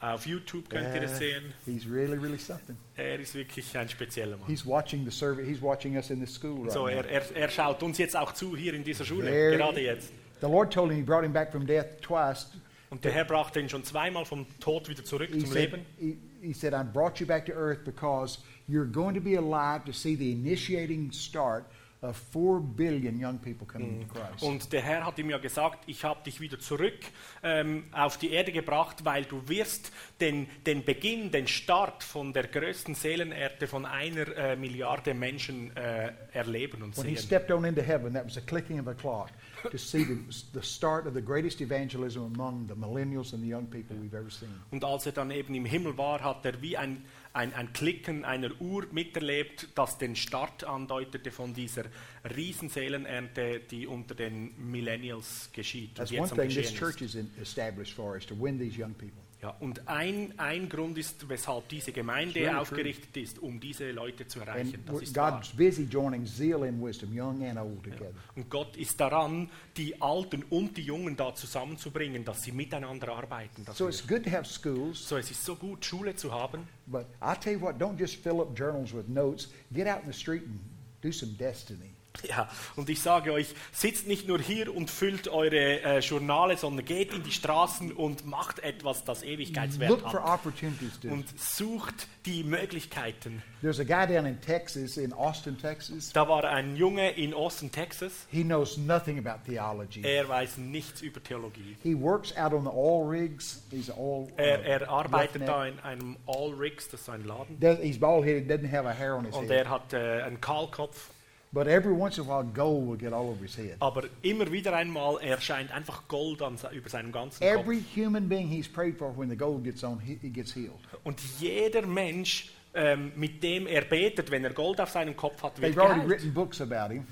Speaker 2: Auf YouTube könnt ihr
Speaker 1: Äh,
Speaker 2: das sehen.
Speaker 1: He's really, really something.
Speaker 2: Er ist wirklich ein spezieller Mann.
Speaker 1: He's watching the survey. He's watching us in this school right
Speaker 2: So,
Speaker 1: now.
Speaker 2: er, er, er schaut uns jetzt auch zu hier in dieser Schule,
Speaker 1: Very-
Speaker 2: gerade jetzt.
Speaker 1: The Lord told him he brought him back from death twice.
Speaker 2: Und der Herr brachte ihn schon zweimal vom Tod wieder zurück
Speaker 1: He
Speaker 2: zum Leben.
Speaker 1: said, he, he said, I brought you back to earth because you're going to be alive to see the initiating start of four billion young people coming to Christ.
Speaker 2: Und der Herr hat ihm ja gesagt, ich habe dich wieder zurück ähm, auf die Erde gebracht, weil du wirst den, den Beginn, den Start von der größten Seelenernte von einer äh, Milliarde Menschen äh, erleben und
Speaker 1: When he
Speaker 2: sehen.
Speaker 1: stepped on into heaven, that was the clicking of a clock to see the, the start of the greatest evangelism among the millennials and the young people we've ever seen.
Speaker 2: Und als er dann eben im Himmel war, hat er wie ein, ein, ein Klicken einer Uhr miterlebt, das den Start andeutete von dieser Riesenseelenernte, die unter den Millennials geschieht.
Speaker 1: That's
Speaker 2: Und
Speaker 1: one
Speaker 2: jetzt am
Speaker 1: thing this
Speaker 2: Geschehen
Speaker 1: church
Speaker 2: ist.
Speaker 1: is in, established for is to win these young people.
Speaker 2: Ja, und ein, ein Grund ist, weshalb diese Gemeinde
Speaker 1: Really true.
Speaker 2: aufgerichtet ist, um diese Leute zu erreichen.
Speaker 1: And
Speaker 2: Das ist wahr.
Speaker 1: God's busy joining zeal and wisdom, young and old together.
Speaker 2: Und Gott ist daran, die Alten und die Jungen da zusammenzubringen, dass sie miteinander arbeiten.
Speaker 1: So
Speaker 2: dafür.
Speaker 1: it's good to have schools,
Speaker 2: So, es ist so gut, Schule zu haben.
Speaker 1: but I tell you what, don't just fill up journals with notes. Get out in the street and do some destiny.
Speaker 2: Ja, und ich sage euch, sitzt nicht nur hier und füllt eure äh, Journale, sondern geht in die Straßen und macht etwas, das Ewigkeitswert
Speaker 1: Look for
Speaker 2: hat.
Speaker 1: opportunities to.
Speaker 2: Und sucht die Möglichkeiten.
Speaker 1: There's a guy down in Texas, in Austin, Texas.
Speaker 2: Da war ein Junge in Austin, Texas.
Speaker 1: He knows nothing about theology.
Speaker 2: Er weiß nichts über Theologie.
Speaker 1: He works out on the oil rigs. He's an oil. uh,
Speaker 2: Er, er arbeitet
Speaker 1: roughneck.
Speaker 2: da in einem All Rigs, das ist ein Laden.
Speaker 1: Does- He's bald headed, doesn't have a hair on his
Speaker 2: Und
Speaker 1: head.
Speaker 2: er hat äh, einen Kahlkopf.
Speaker 1: But every once in a while, Oh, gold will get all over his head.
Speaker 2: Aber immer wieder einmal erscheint einfach Gold an, se- über seinem ganzen Kopf.
Speaker 1: Every human being he's prayed for, when the gold gets on, he, he gets healed.
Speaker 2: Und jeder Mensch, ähm, mit dem er betet, wenn er Gold auf seinem Kopf hat, wird
Speaker 1: They've already
Speaker 2: geheilt.
Speaker 1: written books about him.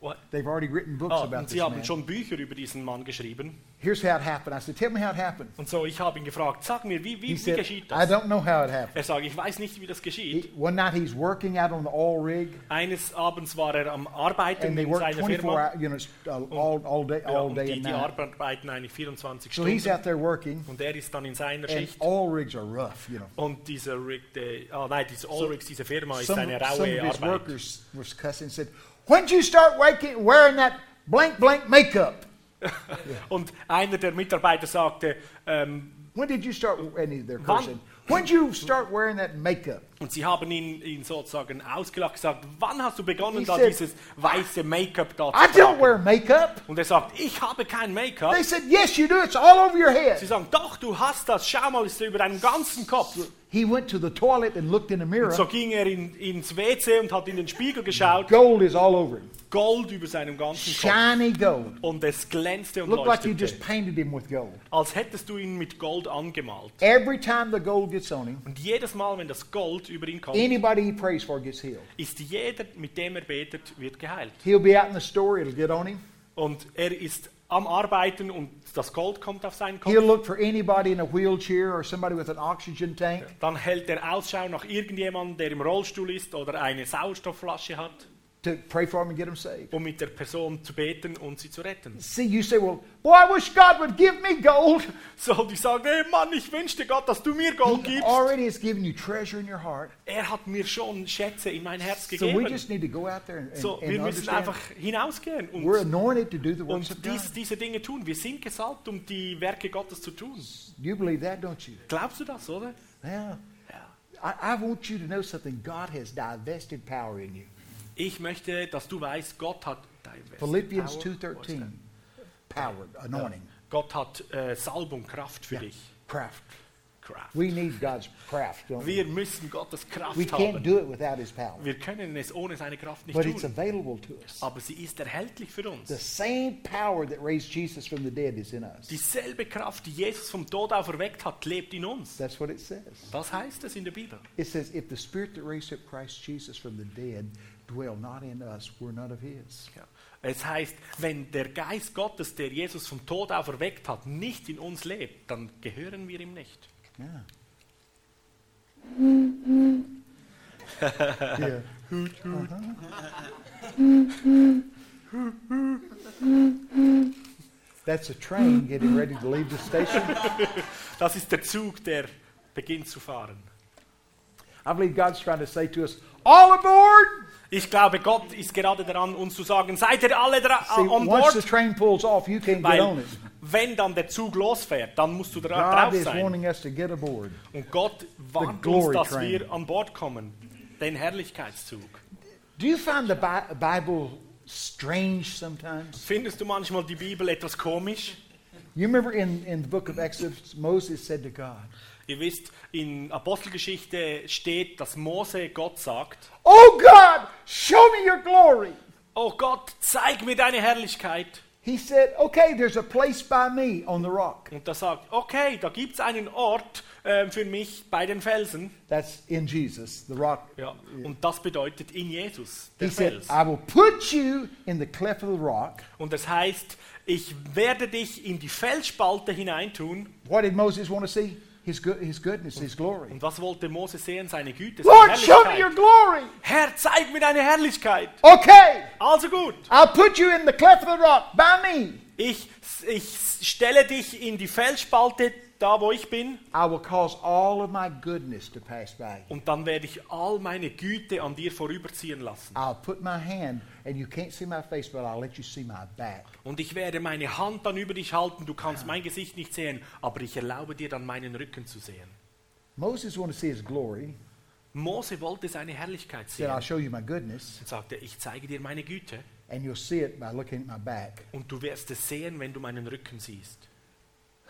Speaker 2: What?
Speaker 1: They've already written books
Speaker 2: Ah,
Speaker 1: about
Speaker 2: und
Speaker 1: this
Speaker 2: sie haben
Speaker 1: man.
Speaker 2: schon Bücher über diesen Mann geschrieben.
Speaker 1: Here's how it happened. I said, "Tell me how it happened."
Speaker 2: Und so, ich habe ihn gefragt, sag mir, wie,
Speaker 1: He
Speaker 2: wie, wie
Speaker 1: said,
Speaker 2: geschieht
Speaker 1: "I
Speaker 2: das?
Speaker 1: don't know how it happened."
Speaker 2: Er sagt, ich weiß nicht, wie das
Speaker 1: He-
Speaker 2: geschieht.
Speaker 1: one night he's working out on the oil rig,
Speaker 2: Eines Abends war er am Arbeiten
Speaker 1: and they
Speaker 2: in
Speaker 1: work
Speaker 2: seiner
Speaker 1: 24
Speaker 2: Firma.
Speaker 1: hours, you know, it's, uh, all all day,
Speaker 2: Ja,
Speaker 1: all
Speaker 2: und
Speaker 1: day
Speaker 2: die,
Speaker 1: and
Speaker 2: die
Speaker 1: night.
Speaker 2: arbeiten eigentlich 24
Speaker 1: So he's
Speaker 2: Stunden.
Speaker 1: out there working,
Speaker 2: Und er ist dann in seiner
Speaker 1: and
Speaker 2: Schicht.
Speaker 1: oil rigs are rough, you know.
Speaker 2: Und dieser Rick, der, ah nein, diese Ulrichs, diese Firma ist
Speaker 1: Some,
Speaker 2: eine
Speaker 1: some
Speaker 2: raue
Speaker 1: of his
Speaker 2: Arbeit.
Speaker 1: workers was cussing and said, When'd you start waking, wearing that blank blank makeup?
Speaker 2: Und einer der Mitarbeiter sagte, ähm,
Speaker 1: When did you start and he- they're
Speaker 2: Wann-
Speaker 1: cursing? When'd you start wearing that makeup?
Speaker 2: und sie haben ihn, ihn sozusagen ausgelacht, gesagt, wann hast du begonnen,
Speaker 1: He
Speaker 2: da
Speaker 1: said,
Speaker 2: dieses weiße Make-up da
Speaker 1: I
Speaker 2: zu
Speaker 1: don't
Speaker 2: tragen?
Speaker 1: wear makeup.
Speaker 2: Und er sagt, ich habe kein Make-up.
Speaker 1: They said, Yes, you do, it's all over your
Speaker 2: Sie
Speaker 1: head.
Speaker 2: sagen, doch, du hast das, schau mal, ist über deinen ganzen Kopf.
Speaker 1: He went to the toilet and looked in a mirror.
Speaker 2: Und so ging er in, ins WC und hat in den Spiegel geschaut.
Speaker 1: Gold is all over him.
Speaker 2: Gold über seinem ganzen Kopf.
Speaker 1: Shiny gold.
Speaker 2: Und es glänzte und
Speaker 1: Looked like you just
Speaker 2: leuchtete.
Speaker 1: painted him with gold.
Speaker 2: Als hättest du ihn mit Gold angemalt.
Speaker 1: Every time the gold gets on him,
Speaker 2: Und jedes Mal, wenn das Gold über ihn kommt,
Speaker 1: anybody he prays for gets healed.
Speaker 2: ist jeder, mit dem er betet, wird geheilt.
Speaker 1: He'll be out in the store, it'll get on him.
Speaker 2: Und er ist am Arbeiten und das Gold kommt auf seinen
Speaker 1: He'll
Speaker 2: Kopf.
Speaker 1: look for anybody in a wheelchair or somebody with an oxygen tank.
Speaker 2: Dann hält er Ausschau nach irgendjemandem, der im Rollstuhl ist oder eine Sauerstoffflasche hat,
Speaker 1: to pray for them and get them saved.
Speaker 2: um mit der Person zu beten und sie zu retten.
Speaker 1: See, you say, well, boy, I wish God would give me gold.
Speaker 2: So, und ich sage, hey Mann, ich wünschte Gott, dass du mir
Speaker 1: Mm,
Speaker 2: Gold gibst.
Speaker 1: Already it's given you treasure in your heart.
Speaker 2: Er hat mir schon Schätze in mein Herz
Speaker 1: So we
Speaker 2: gegeben.
Speaker 1: just need to go out there and, and,
Speaker 2: So,
Speaker 1: and
Speaker 2: wir müssen
Speaker 1: understand
Speaker 2: einfach hinausgehen
Speaker 1: we're
Speaker 2: und,
Speaker 1: anointed to do the works of
Speaker 2: und
Speaker 1: God.
Speaker 2: dies, diese Dinge tun. Wir sind gesalbt, um die Werke Gottes zu tun.
Speaker 1: You believe that, don't you?
Speaker 2: Glaubst du das, oder?
Speaker 1: Yeah. I, I want you to know something. God has divested power in you.
Speaker 2: Ich möchte, dass du weißt, Gott hat divested
Speaker 1: Philippians
Speaker 2: power.
Speaker 1: 2.13. Power, anointing,
Speaker 2: Gott hat äh, Salbung, Kraft für dich.
Speaker 1: craft.
Speaker 2: Kraft.
Speaker 1: We need God's craft, don't we?
Speaker 2: Wir müssen Gottes Kraft
Speaker 1: We can't
Speaker 2: haben.
Speaker 1: do it without His power.
Speaker 2: Wir können es ohne seine Kraft nicht
Speaker 1: But it's
Speaker 2: tun.
Speaker 1: available to us.
Speaker 2: Aber sie ist erhältlich für
Speaker 1: The
Speaker 2: uns.
Speaker 1: same power that raised Jesus from the dead is in us.
Speaker 2: Dieselbe Kraft, die Jesus vom Tod auferweckt hat, lebt in uns.
Speaker 1: That's what it says.
Speaker 2: Was heißt es in der Bibel?
Speaker 1: It says, if the spirit that raised up Christ Jesus from the dead dwell not in us, we're not of his.
Speaker 2: Ja. Es heißt, wenn der Geist Gottes, der Jesus vom Tod auferweckt hat, nicht in uns lebt, dann gehören wir ihm nicht.
Speaker 1: Yeah. yeah. Uh-huh. That's a train getting ready to leave the station.
Speaker 2: Das ist der Zug, der beginnt zu fahren.
Speaker 1: I believe God's trying to say to us, all aboard!
Speaker 2: Ich glaube, Gott ist gerade daran, uns zu sagen, seid ihr alle dra-
Speaker 1: See,
Speaker 2: on
Speaker 1: once the
Speaker 2: board?
Speaker 1: train pulls off, you can't get on
Speaker 2: Weil
Speaker 1: it.
Speaker 2: wenn dann der Zug losfährt, dann musst du dra-
Speaker 1: God
Speaker 2: drauf
Speaker 1: is
Speaker 2: sein.
Speaker 1: wanting us to get aboard.
Speaker 2: Und Gott warnt
Speaker 1: The glory
Speaker 2: uns, dass
Speaker 1: train.
Speaker 2: wir an Bord kommen. Den Herrlichkeitszug.
Speaker 1: Do you find the Bi- Bible strange sometimes?
Speaker 2: Findest du manchmal die Bibel etwas komisch?
Speaker 1: You remember in, in the book of Exodus, Moses said to God,
Speaker 2: Ihr wisst, in Apostelgeschichte steht, dass Mose Gott sagt,
Speaker 1: Oh God, show me your glory.
Speaker 2: Oh Gott, zeig mir deine Herrlichkeit.
Speaker 1: He said, Okay, there's a place by me on the rock.
Speaker 2: Und da sagt, okay, da gibt es einen Ort ähm, für mich bei den Felsen.
Speaker 1: That's in Jesus, the rock.
Speaker 2: Ja, und das bedeutet in Jesus,
Speaker 1: He
Speaker 2: der
Speaker 1: said,
Speaker 2: Fels.
Speaker 1: I will put you in the cleft of the rock.
Speaker 2: Und das heißt, ich werde dich in die Felsspalte hineintun.
Speaker 1: What did Moses want to see? His, good, his goodness, his glory.
Speaker 2: Und was wollte Mose sehen? Seine Güte, seine
Speaker 1: Lord, show me your
Speaker 2: Herrlichkeit.
Speaker 1: glory.
Speaker 2: Herr, zeig mir deine Herrlichkeit.
Speaker 1: Okay,
Speaker 2: Also gut,
Speaker 1: I'll put you in the cleft of the rock by me.
Speaker 2: ich, ich stelle dich in die Felsspalte, da wo ich bin.
Speaker 1: I will cause all of my goodness to pass by you.
Speaker 2: Und dann werde ich all meine Güte an dir vorüberziehen lassen.
Speaker 1: I'll put my hand, and you can't see my face, but I'll let you see my back.
Speaker 2: Und ich werde meine Hand dann über dich halten. Du kannst mein Gesicht nicht sehen, aber ich erlaube dir dann meinen Rücken zu sehen.
Speaker 1: Moses wanted to see his glory.
Speaker 2: Mose wollte seine Herrlichkeit
Speaker 1: Said, I'll
Speaker 2: sehen.
Speaker 1: show you my goodness,
Speaker 2: Und sagte, ich zeige dir meine Güte.
Speaker 1: and you'll see it by looking at my back.
Speaker 2: Und du wirst es sehen, wenn du meinen Rücken siehst.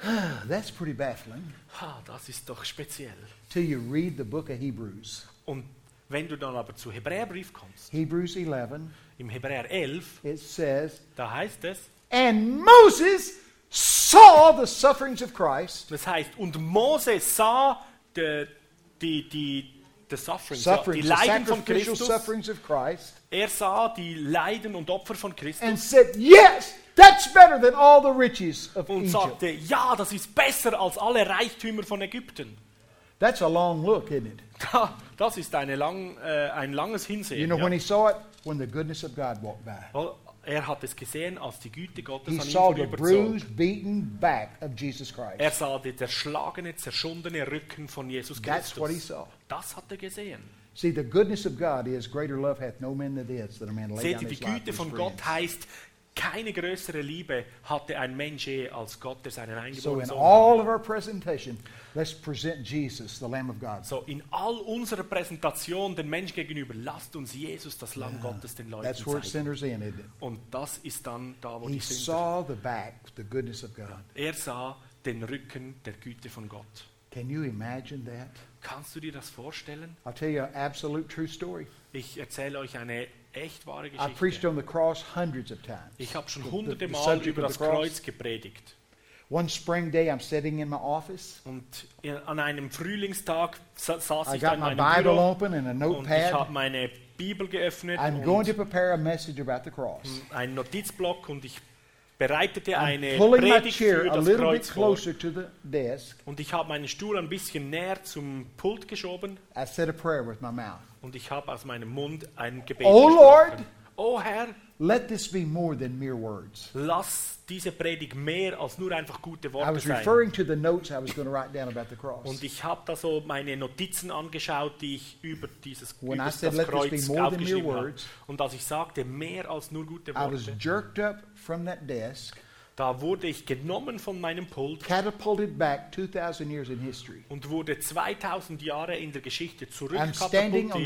Speaker 1: Uh, That's pretty baffling
Speaker 2: Ha, das ist doch speziell.
Speaker 1: till you read the book of Hebrews.
Speaker 2: Und wenn du dann aber zu Hebräerbrief kommst,
Speaker 1: Hebrews 11,
Speaker 2: im Hebräer 11,
Speaker 1: it says,
Speaker 2: da heißt es,
Speaker 1: And Moses saw the sufferings of Christ.
Speaker 2: das heißt, und Mose sah die, die, die, the sufferings, ja, die
Speaker 1: Sufferings, the
Speaker 2: Leiden von
Speaker 1: sacrificial
Speaker 2: Christus.
Speaker 1: sufferings of Christ,
Speaker 2: Er sah die Leiden und Opfer von
Speaker 1: and
Speaker 2: Christus
Speaker 1: said, Yes, that's better than all the riches of
Speaker 2: und
Speaker 1: Egypt.
Speaker 2: sagte, ja, das ist besser als alle Reichtümer von Ägypten.
Speaker 1: That's a long look, isn't it?
Speaker 2: Da, das ist eine lang, äh, ein langes Hinsehen.
Speaker 1: You know,
Speaker 2: ja.
Speaker 1: when he saw it, when the goodness of God walked by,
Speaker 2: Weil Er hat es gesehen, als die Güte Gottes
Speaker 1: he
Speaker 2: an ihm
Speaker 1: saw the
Speaker 2: vorüberzog.
Speaker 1: bruised, beaten back of Jesus
Speaker 2: Er
Speaker 1: Christ.
Speaker 2: sah den zerschlagene, zerschundene Rücken von Jesus
Speaker 1: That's what he
Speaker 2: Christus.
Speaker 1: saw.
Speaker 2: Das hat er gesehen.
Speaker 1: See, the goodness of God is greater love hath no man than this, that a man lay
Speaker 2: Seht
Speaker 1: down
Speaker 2: ihr, die
Speaker 1: his life for
Speaker 2: Güte
Speaker 1: his
Speaker 2: von
Speaker 1: friends.
Speaker 2: Gott heißt, keine größere Liebe hatte ein Mensch je als Gott, der seinen
Speaker 1: So
Speaker 2: eingeborenen
Speaker 1: in
Speaker 2: Sohn hat.
Speaker 1: all of our presentation, let's present Jesus, the Lamb of God.
Speaker 2: So in all unserer Präsentation den Menschen gegenüber, lasst uns Jesus, das Lamm Gottes, den Leuten
Speaker 1: That's where it
Speaker 2: zeigen.
Speaker 1: centers in, isn't it?
Speaker 2: Und das ist dann da, wo
Speaker 1: He
Speaker 2: die Sünder.
Speaker 1: saw the back, the goodness of God.
Speaker 2: Er sah den Rücken der Güte von Gott.
Speaker 1: Can you imagine that?
Speaker 2: Kannst du dir das vorstellen?
Speaker 1: I'll tell you an absolute true story.
Speaker 2: Ich erzähle euch eine echt wahre
Speaker 1: I preached
Speaker 2: Geschichte.
Speaker 1: on the cross hundreds of times.
Speaker 2: Ich habe schon
Speaker 1: the-
Speaker 2: hunderte
Speaker 1: the
Speaker 2: Mal
Speaker 1: subject
Speaker 2: über
Speaker 1: of
Speaker 2: das
Speaker 1: the cross.
Speaker 2: Kreuz gepredigt.
Speaker 1: One spring day, I'm sitting in my office.
Speaker 2: Und in- an einem Frühlingstag sa saß
Speaker 1: I
Speaker 2: ich da
Speaker 1: got
Speaker 2: in
Speaker 1: my
Speaker 2: meinem
Speaker 1: Bible
Speaker 2: Büro
Speaker 1: open and a
Speaker 2: und ich
Speaker 1: notepad.
Speaker 2: habe meine Bibel geöffnet
Speaker 1: I'm going to
Speaker 2: und
Speaker 1: prepare a message about the cross.
Speaker 2: einen Notizblock und ich bereitete
Speaker 1: I'm
Speaker 2: eine
Speaker 1: pulling my
Speaker 2: Predigt
Speaker 1: chair
Speaker 2: für
Speaker 1: a
Speaker 2: das
Speaker 1: little bit
Speaker 2: Kreuz vor.
Speaker 1: closer to the desk.
Speaker 2: Und ich habe meinen Stuhl ein bisschen näher zum Pult geschoben
Speaker 1: I said a prayer with my mouth.
Speaker 2: und ich habe aus meinem Mund ein Gebet
Speaker 1: Oh
Speaker 2: gesprochen.
Speaker 1: Lord!
Speaker 2: Oh Herr,
Speaker 1: Let this be more than mere words.
Speaker 2: lass diese Predigt mehr als nur einfach gute
Speaker 1: I
Speaker 2: Worte
Speaker 1: was
Speaker 2: sein.
Speaker 1: referring to the notes I was going to write down about the cross.
Speaker 2: Und ich habe da so meine Notizen angeschaut, die ich über dieses
Speaker 1: When
Speaker 2: über
Speaker 1: I said,
Speaker 2: das
Speaker 1: "Let this be
Speaker 2: Kreuz
Speaker 1: more than
Speaker 2: aufgeschrieben
Speaker 1: mere
Speaker 2: habe.
Speaker 1: words,
Speaker 2: Und als ich sagte, mehr als nur gute
Speaker 1: I was
Speaker 2: Worte,
Speaker 1: jerked up from that desk,
Speaker 2: da wurde ich genommen von meinem Pult
Speaker 1: catapulted back 2,000 years in history.
Speaker 2: und wurde 2000 Jahre in der Geschichte
Speaker 1: I'm standing on the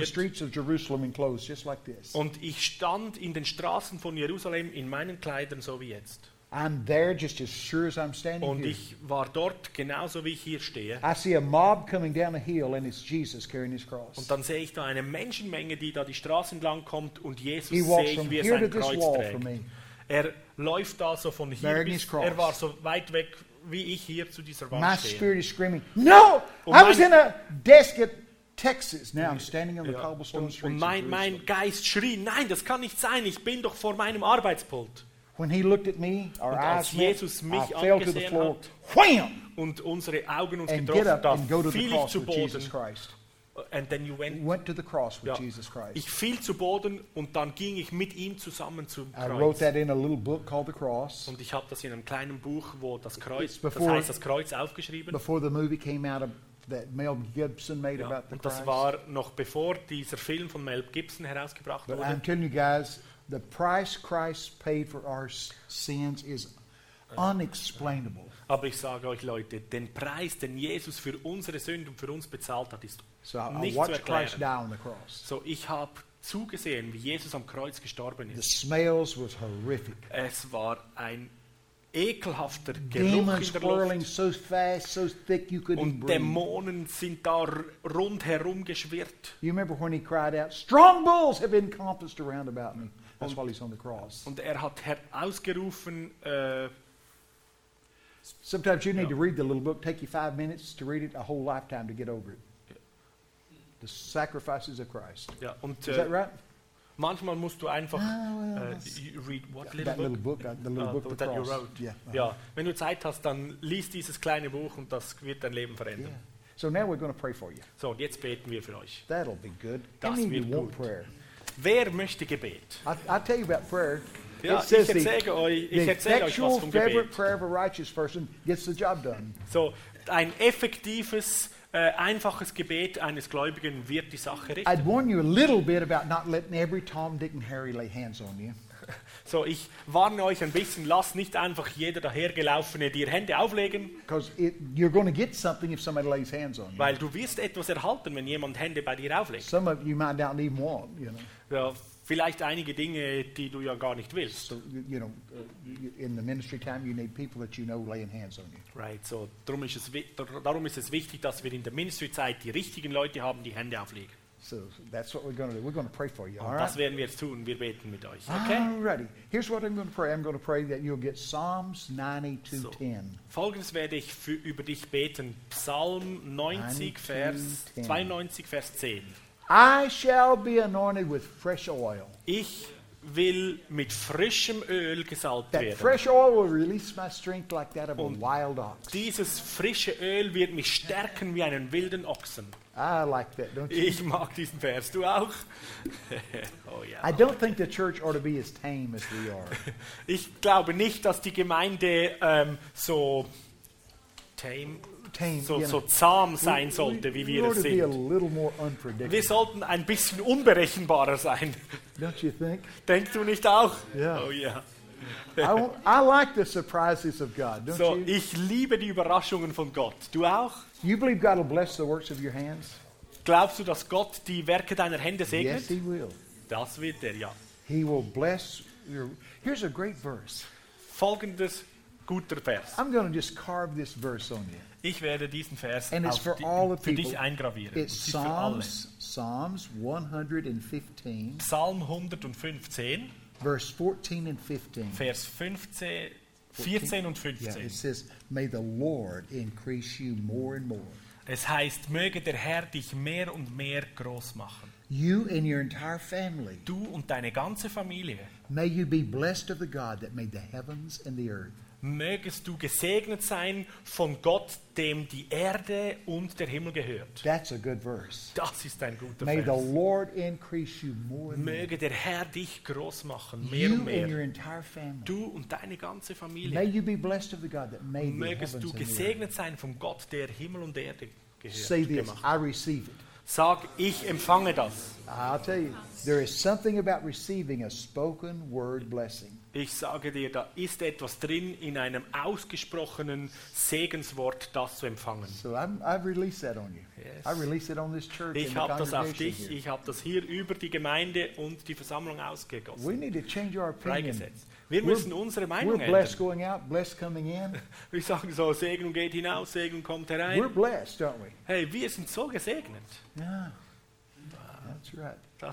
Speaker 2: zurückkatapultiert.
Speaker 1: streets of Jerusalem in clothes just like this.
Speaker 2: Und ich stand in den Straßen von Jerusalem in meinen Kleidern, so wie jetzt.
Speaker 1: I'm there just as sure as I'm standing
Speaker 2: Und
Speaker 1: here.
Speaker 2: ich war dort genauso wie ich hier stehe.
Speaker 1: I see a mob coming down a hill, and it's Jesus carrying his cross.
Speaker 2: Und dann sehe ich da eine Menschenmenge, die da die Straße entlang kommt und Jesus
Speaker 1: He walks
Speaker 2: sehe ich,
Speaker 1: from
Speaker 2: wie er
Speaker 1: here to
Speaker 2: sein
Speaker 1: this
Speaker 2: Kreuz
Speaker 1: wall for
Speaker 2: trägt.
Speaker 1: me.
Speaker 2: Er läuft da so von hier
Speaker 1: Bearing his
Speaker 2: bis,
Speaker 1: cross.
Speaker 2: er war so weit weg, wie ich hier zu dieser
Speaker 1: My
Speaker 2: Wand stehe.
Speaker 1: spirit is screaming, No!
Speaker 2: Und
Speaker 1: I was
Speaker 2: mein-
Speaker 1: in a desk at Texas. Now I'm standing on the
Speaker 2: Ja.
Speaker 1: cobblestone
Speaker 2: Und, und
Speaker 1: streets. of
Speaker 2: mein,
Speaker 1: Jerusalem.
Speaker 2: mein Geist schrie, nein, das kann nicht sein, ich bin doch vor meinem Arbeitspult.
Speaker 1: When he looked at me, our
Speaker 2: Und
Speaker 1: eyes
Speaker 2: als
Speaker 1: met,
Speaker 2: Jesus
Speaker 1: I
Speaker 2: mich
Speaker 1: fell to the
Speaker 2: angesehen
Speaker 1: floor.
Speaker 2: hat
Speaker 1: Wham!
Speaker 2: und unsere Augen uns
Speaker 1: And get
Speaker 2: getroffen,
Speaker 1: up
Speaker 2: da
Speaker 1: and go to the
Speaker 2: fiel ich
Speaker 1: cross
Speaker 2: zu
Speaker 1: with Jesus
Speaker 2: Boden.
Speaker 1: Christ.
Speaker 2: And then you went
Speaker 1: Went to the cross with
Speaker 2: Ja.
Speaker 1: Jesus Christ.
Speaker 2: Ich fiel zu Boden und dann ging ich mit ihm zusammen zum
Speaker 1: I wrote
Speaker 2: Kreuz.
Speaker 1: that in a little book called The Cross.
Speaker 2: Und ich habe das in einem kleinen Buch, wo das Kreuz,
Speaker 1: It's
Speaker 2: das
Speaker 1: before-
Speaker 2: heißt das Kreuz aufgeschrieben.
Speaker 1: Before the movie came out of, that Mel Gibson made
Speaker 2: Ja.
Speaker 1: about the
Speaker 2: Und das
Speaker 1: cross.
Speaker 2: war noch bevor dieser Film von Mel Gibson herausgebracht
Speaker 1: But I'm
Speaker 2: wurde.
Speaker 1: telling you guys, the price Christ paid for our s- sins is unexplainable.
Speaker 2: Aber ich sage euch Leute, den Preis, den Jesus für unsere Sünden und für uns bezahlt hat, ist
Speaker 1: So I, I
Speaker 2: nicht zu
Speaker 1: watched Christ
Speaker 2: erklären.
Speaker 1: die on the cross.
Speaker 2: So, ich habe zugesehen, wie Jesus am Kreuz gestorben
Speaker 1: The
Speaker 2: ist.
Speaker 1: smells was horrific.
Speaker 2: Es war ein ekelhafter Geruch
Speaker 1: Demons
Speaker 2: in der Luft.
Speaker 1: swirling so fast, so thick you couldn't
Speaker 2: Und
Speaker 1: breathe.
Speaker 2: Dämonen sind da r- rundherum geschwirrt.
Speaker 1: You remember when he cried out, Strong bulls have encompassed around about me. That's while he's on the cross.
Speaker 2: Und er hat her- ausgerufen, äh,
Speaker 1: Sometimes you need
Speaker 2: Yeah.
Speaker 1: to read the little book, take you five minutes to read it, a whole lifetime to get over it. The sacrifices of Christ.
Speaker 2: ja, und
Speaker 1: Is that
Speaker 2: äh,
Speaker 1: right?
Speaker 2: manchmal musst du einfach
Speaker 1: Ah,
Speaker 2: äh,
Speaker 1: well,
Speaker 2: you read what little
Speaker 1: That little
Speaker 2: book?
Speaker 1: book, uh, the little
Speaker 2: Ah,
Speaker 1: book, The
Speaker 2: that you
Speaker 1: Cross.
Speaker 2: wrote.
Speaker 1: Yeah. uh-huh.
Speaker 2: Ja, wenn du Zeit hast, dann lies dieses kleine Buch und das wird dein Leben verändern.
Speaker 1: Yeah. So now we're going to pray for you.
Speaker 2: So, und jetzt beten wir für euch.
Speaker 1: That'll be good. How
Speaker 2: Das
Speaker 1: many of you
Speaker 2: wird
Speaker 1: want
Speaker 2: gut.
Speaker 1: prayer?
Speaker 2: Wer möchte Gebet?
Speaker 1: I, I tell you about prayer.
Speaker 2: Ja,
Speaker 1: it
Speaker 2: ich
Speaker 1: says the,
Speaker 2: erzähle euch, ich
Speaker 1: the
Speaker 2: erzähle euch was
Speaker 1: effectual
Speaker 2: vom
Speaker 1: fervent
Speaker 2: Gebet.
Speaker 1: prayer of a righteous person gets the job done.
Speaker 2: So, ein effektives, äh, einfaches Gebet eines Gläubigen wird die Sache richten.
Speaker 1: I'd warn you a little bit about not letting every Tom, Dick, and Harry lay hands on you.
Speaker 2: So, ich warne euch ein bisschen, lasst nicht einfach jeder dahergelaufene dir Hände auflegen,
Speaker 1: Because you're going to get something if somebody lays hands on you.
Speaker 2: weil du wirst etwas erhalten, wenn jemand Hände bei dir auflegt.
Speaker 1: Some of you might not even want, you know.
Speaker 2: Ja, vielleicht einige Dinge, die du ja gar nicht willst.
Speaker 1: So, y- you know, uh, y- in the ministry time, you need people that you know laying hands on you.
Speaker 2: Right, so darum ist, es, wi- dar- darum ist es wichtig, dass wir in der Ministry-Zeit die richtigen Leute haben, die Hände auflegen.
Speaker 1: So that's what we're going to do. We're going to pray for you, all
Speaker 2: Und
Speaker 1: right? Ah.
Speaker 2: das werden wir jetzt tun, wir beten mit euch. Okay?
Speaker 1: All righty. Here's what I'm going to pray. I'm going to pray that you'll get Psalms 92:10.
Speaker 2: So. Folgendes werde ich für, über dich beten. Psalm 90, Vers
Speaker 1: 19.
Speaker 2: 92, Vers 10.
Speaker 1: I shall be anointed with fresh oil.
Speaker 2: Ich will mit frischem Öl gesalbt
Speaker 1: That
Speaker 2: werden.
Speaker 1: fresh oil will release my strength like that of a wild ox.
Speaker 2: Dieses frische Öl wird mich stärken wie einen wilden Ochsen.
Speaker 1: I like that, don't you?
Speaker 2: Ich mag diesen Vers, du auch? oh
Speaker 1: I
Speaker 2: ja.
Speaker 1: don't think the church ought to be as tame as we are.
Speaker 2: Ich glaube nicht, dass die Gemeinde ähm, so tame,
Speaker 1: Tame,
Speaker 2: so,
Speaker 1: you
Speaker 2: so
Speaker 1: know.
Speaker 2: zahm sein
Speaker 1: We-
Speaker 2: sollte,
Speaker 1: we-
Speaker 2: wie
Speaker 1: we
Speaker 2: wir
Speaker 1: ought
Speaker 2: es
Speaker 1: to be a
Speaker 2: sind.
Speaker 1: little more
Speaker 2: Wir
Speaker 1: unpredictable,
Speaker 2: sollten ein bisschen unberechenbarer sein.
Speaker 1: don't you think?
Speaker 2: Denkst du nicht auch?
Speaker 1: Ja.
Speaker 2: Oh ja.
Speaker 1: I, won't- I like the surprises of God, don't
Speaker 2: So,
Speaker 1: you?
Speaker 2: ich liebe die Überraschungen von Gott. Du auch?
Speaker 1: You believe God will bless the works of your hands?
Speaker 2: Glaubst du, dass Gott die Werke deiner Hände segnet?
Speaker 1: Yes, He will.
Speaker 2: Das wird er, ja.
Speaker 1: He will bless your. Here's a great verse.
Speaker 2: Folgendes Guter Vers.
Speaker 1: I'm going to just carve this verse on you.
Speaker 2: Ich werde diesen Vers
Speaker 1: And it's
Speaker 2: auf
Speaker 1: for
Speaker 2: di-
Speaker 1: all the
Speaker 2: für
Speaker 1: people.
Speaker 2: dich eingravieren.
Speaker 1: It's
Speaker 2: Es ist für alle.
Speaker 1: Psalms, Psalms 115,
Speaker 2: Psalm 115,
Speaker 1: verse 14 and 15.
Speaker 2: Vers 15, 14 und
Speaker 1: Yeah,
Speaker 2: 15.
Speaker 1: it says, May the Lord increase you more and more.
Speaker 2: Es heißt, möge der Herr dich mehr und mehr groß machen.
Speaker 1: You and your entire family.
Speaker 2: Du und deine ganze Familie.
Speaker 1: May you be blessed of the God that made the heavens and the earth.
Speaker 2: Mögest du gesegnet sein von Gott, dem die Erde und der Himmel gehört.
Speaker 1: That's a good verse.
Speaker 2: Das ist ein guter
Speaker 1: May the
Speaker 2: Vers.
Speaker 1: Lord increase you more and more.
Speaker 2: Möge der Herr dich groß machen, mehr und
Speaker 1: You and your
Speaker 2: mehr.
Speaker 1: entire family.
Speaker 2: Du und deine ganze
Speaker 1: May
Speaker 2: Familie.
Speaker 1: you be blessed of the God that made the heavens
Speaker 2: Mögest du
Speaker 1: and the earth.
Speaker 2: gesegnet sein von Gott, der Himmel und Erde
Speaker 1: Say
Speaker 2: gehört.
Speaker 1: this,
Speaker 2: Gemacht.
Speaker 1: I receive it.
Speaker 2: Sag, ich empfange das.
Speaker 1: I'll tell you, there is something about receiving a spoken word blessing.
Speaker 2: Ich sage dir, da ist etwas drin in einem ausgesprochenen Segenswort, das zu empfangen.
Speaker 1: So I'm, I've released that on you.
Speaker 2: Yes.
Speaker 1: I release it on this church
Speaker 2: Ich
Speaker 1: and the
Speaker 2: habe das auf
Speaker 1: congregation
Speaker 2: dich,
Speaker 1: here.
Speaker 2: ich habe das hier über die Gemeinde und die Versammlung ausgegossen,
Speaker 1: We need to change our opinion.
Speaker 2: freigesetzt. Wir
Speaker 1: We're-
Speaker 2: müssen unsere
Speaker 1: We're
Speaker 2: Meinung ändern.
Speaker 1: blessed going out, blessed coming in.
Speaker 2: Wir sagen so, Segen geht hinaus, Segen kommt
Speaker 1: We're
Speaker 2: herein.
Speaker 1: blessed, aren't we?
Speaker 2: Hey, wir sind so gesegnet.
Speaker 1: Yeah. That's right.
Speaker 2: Das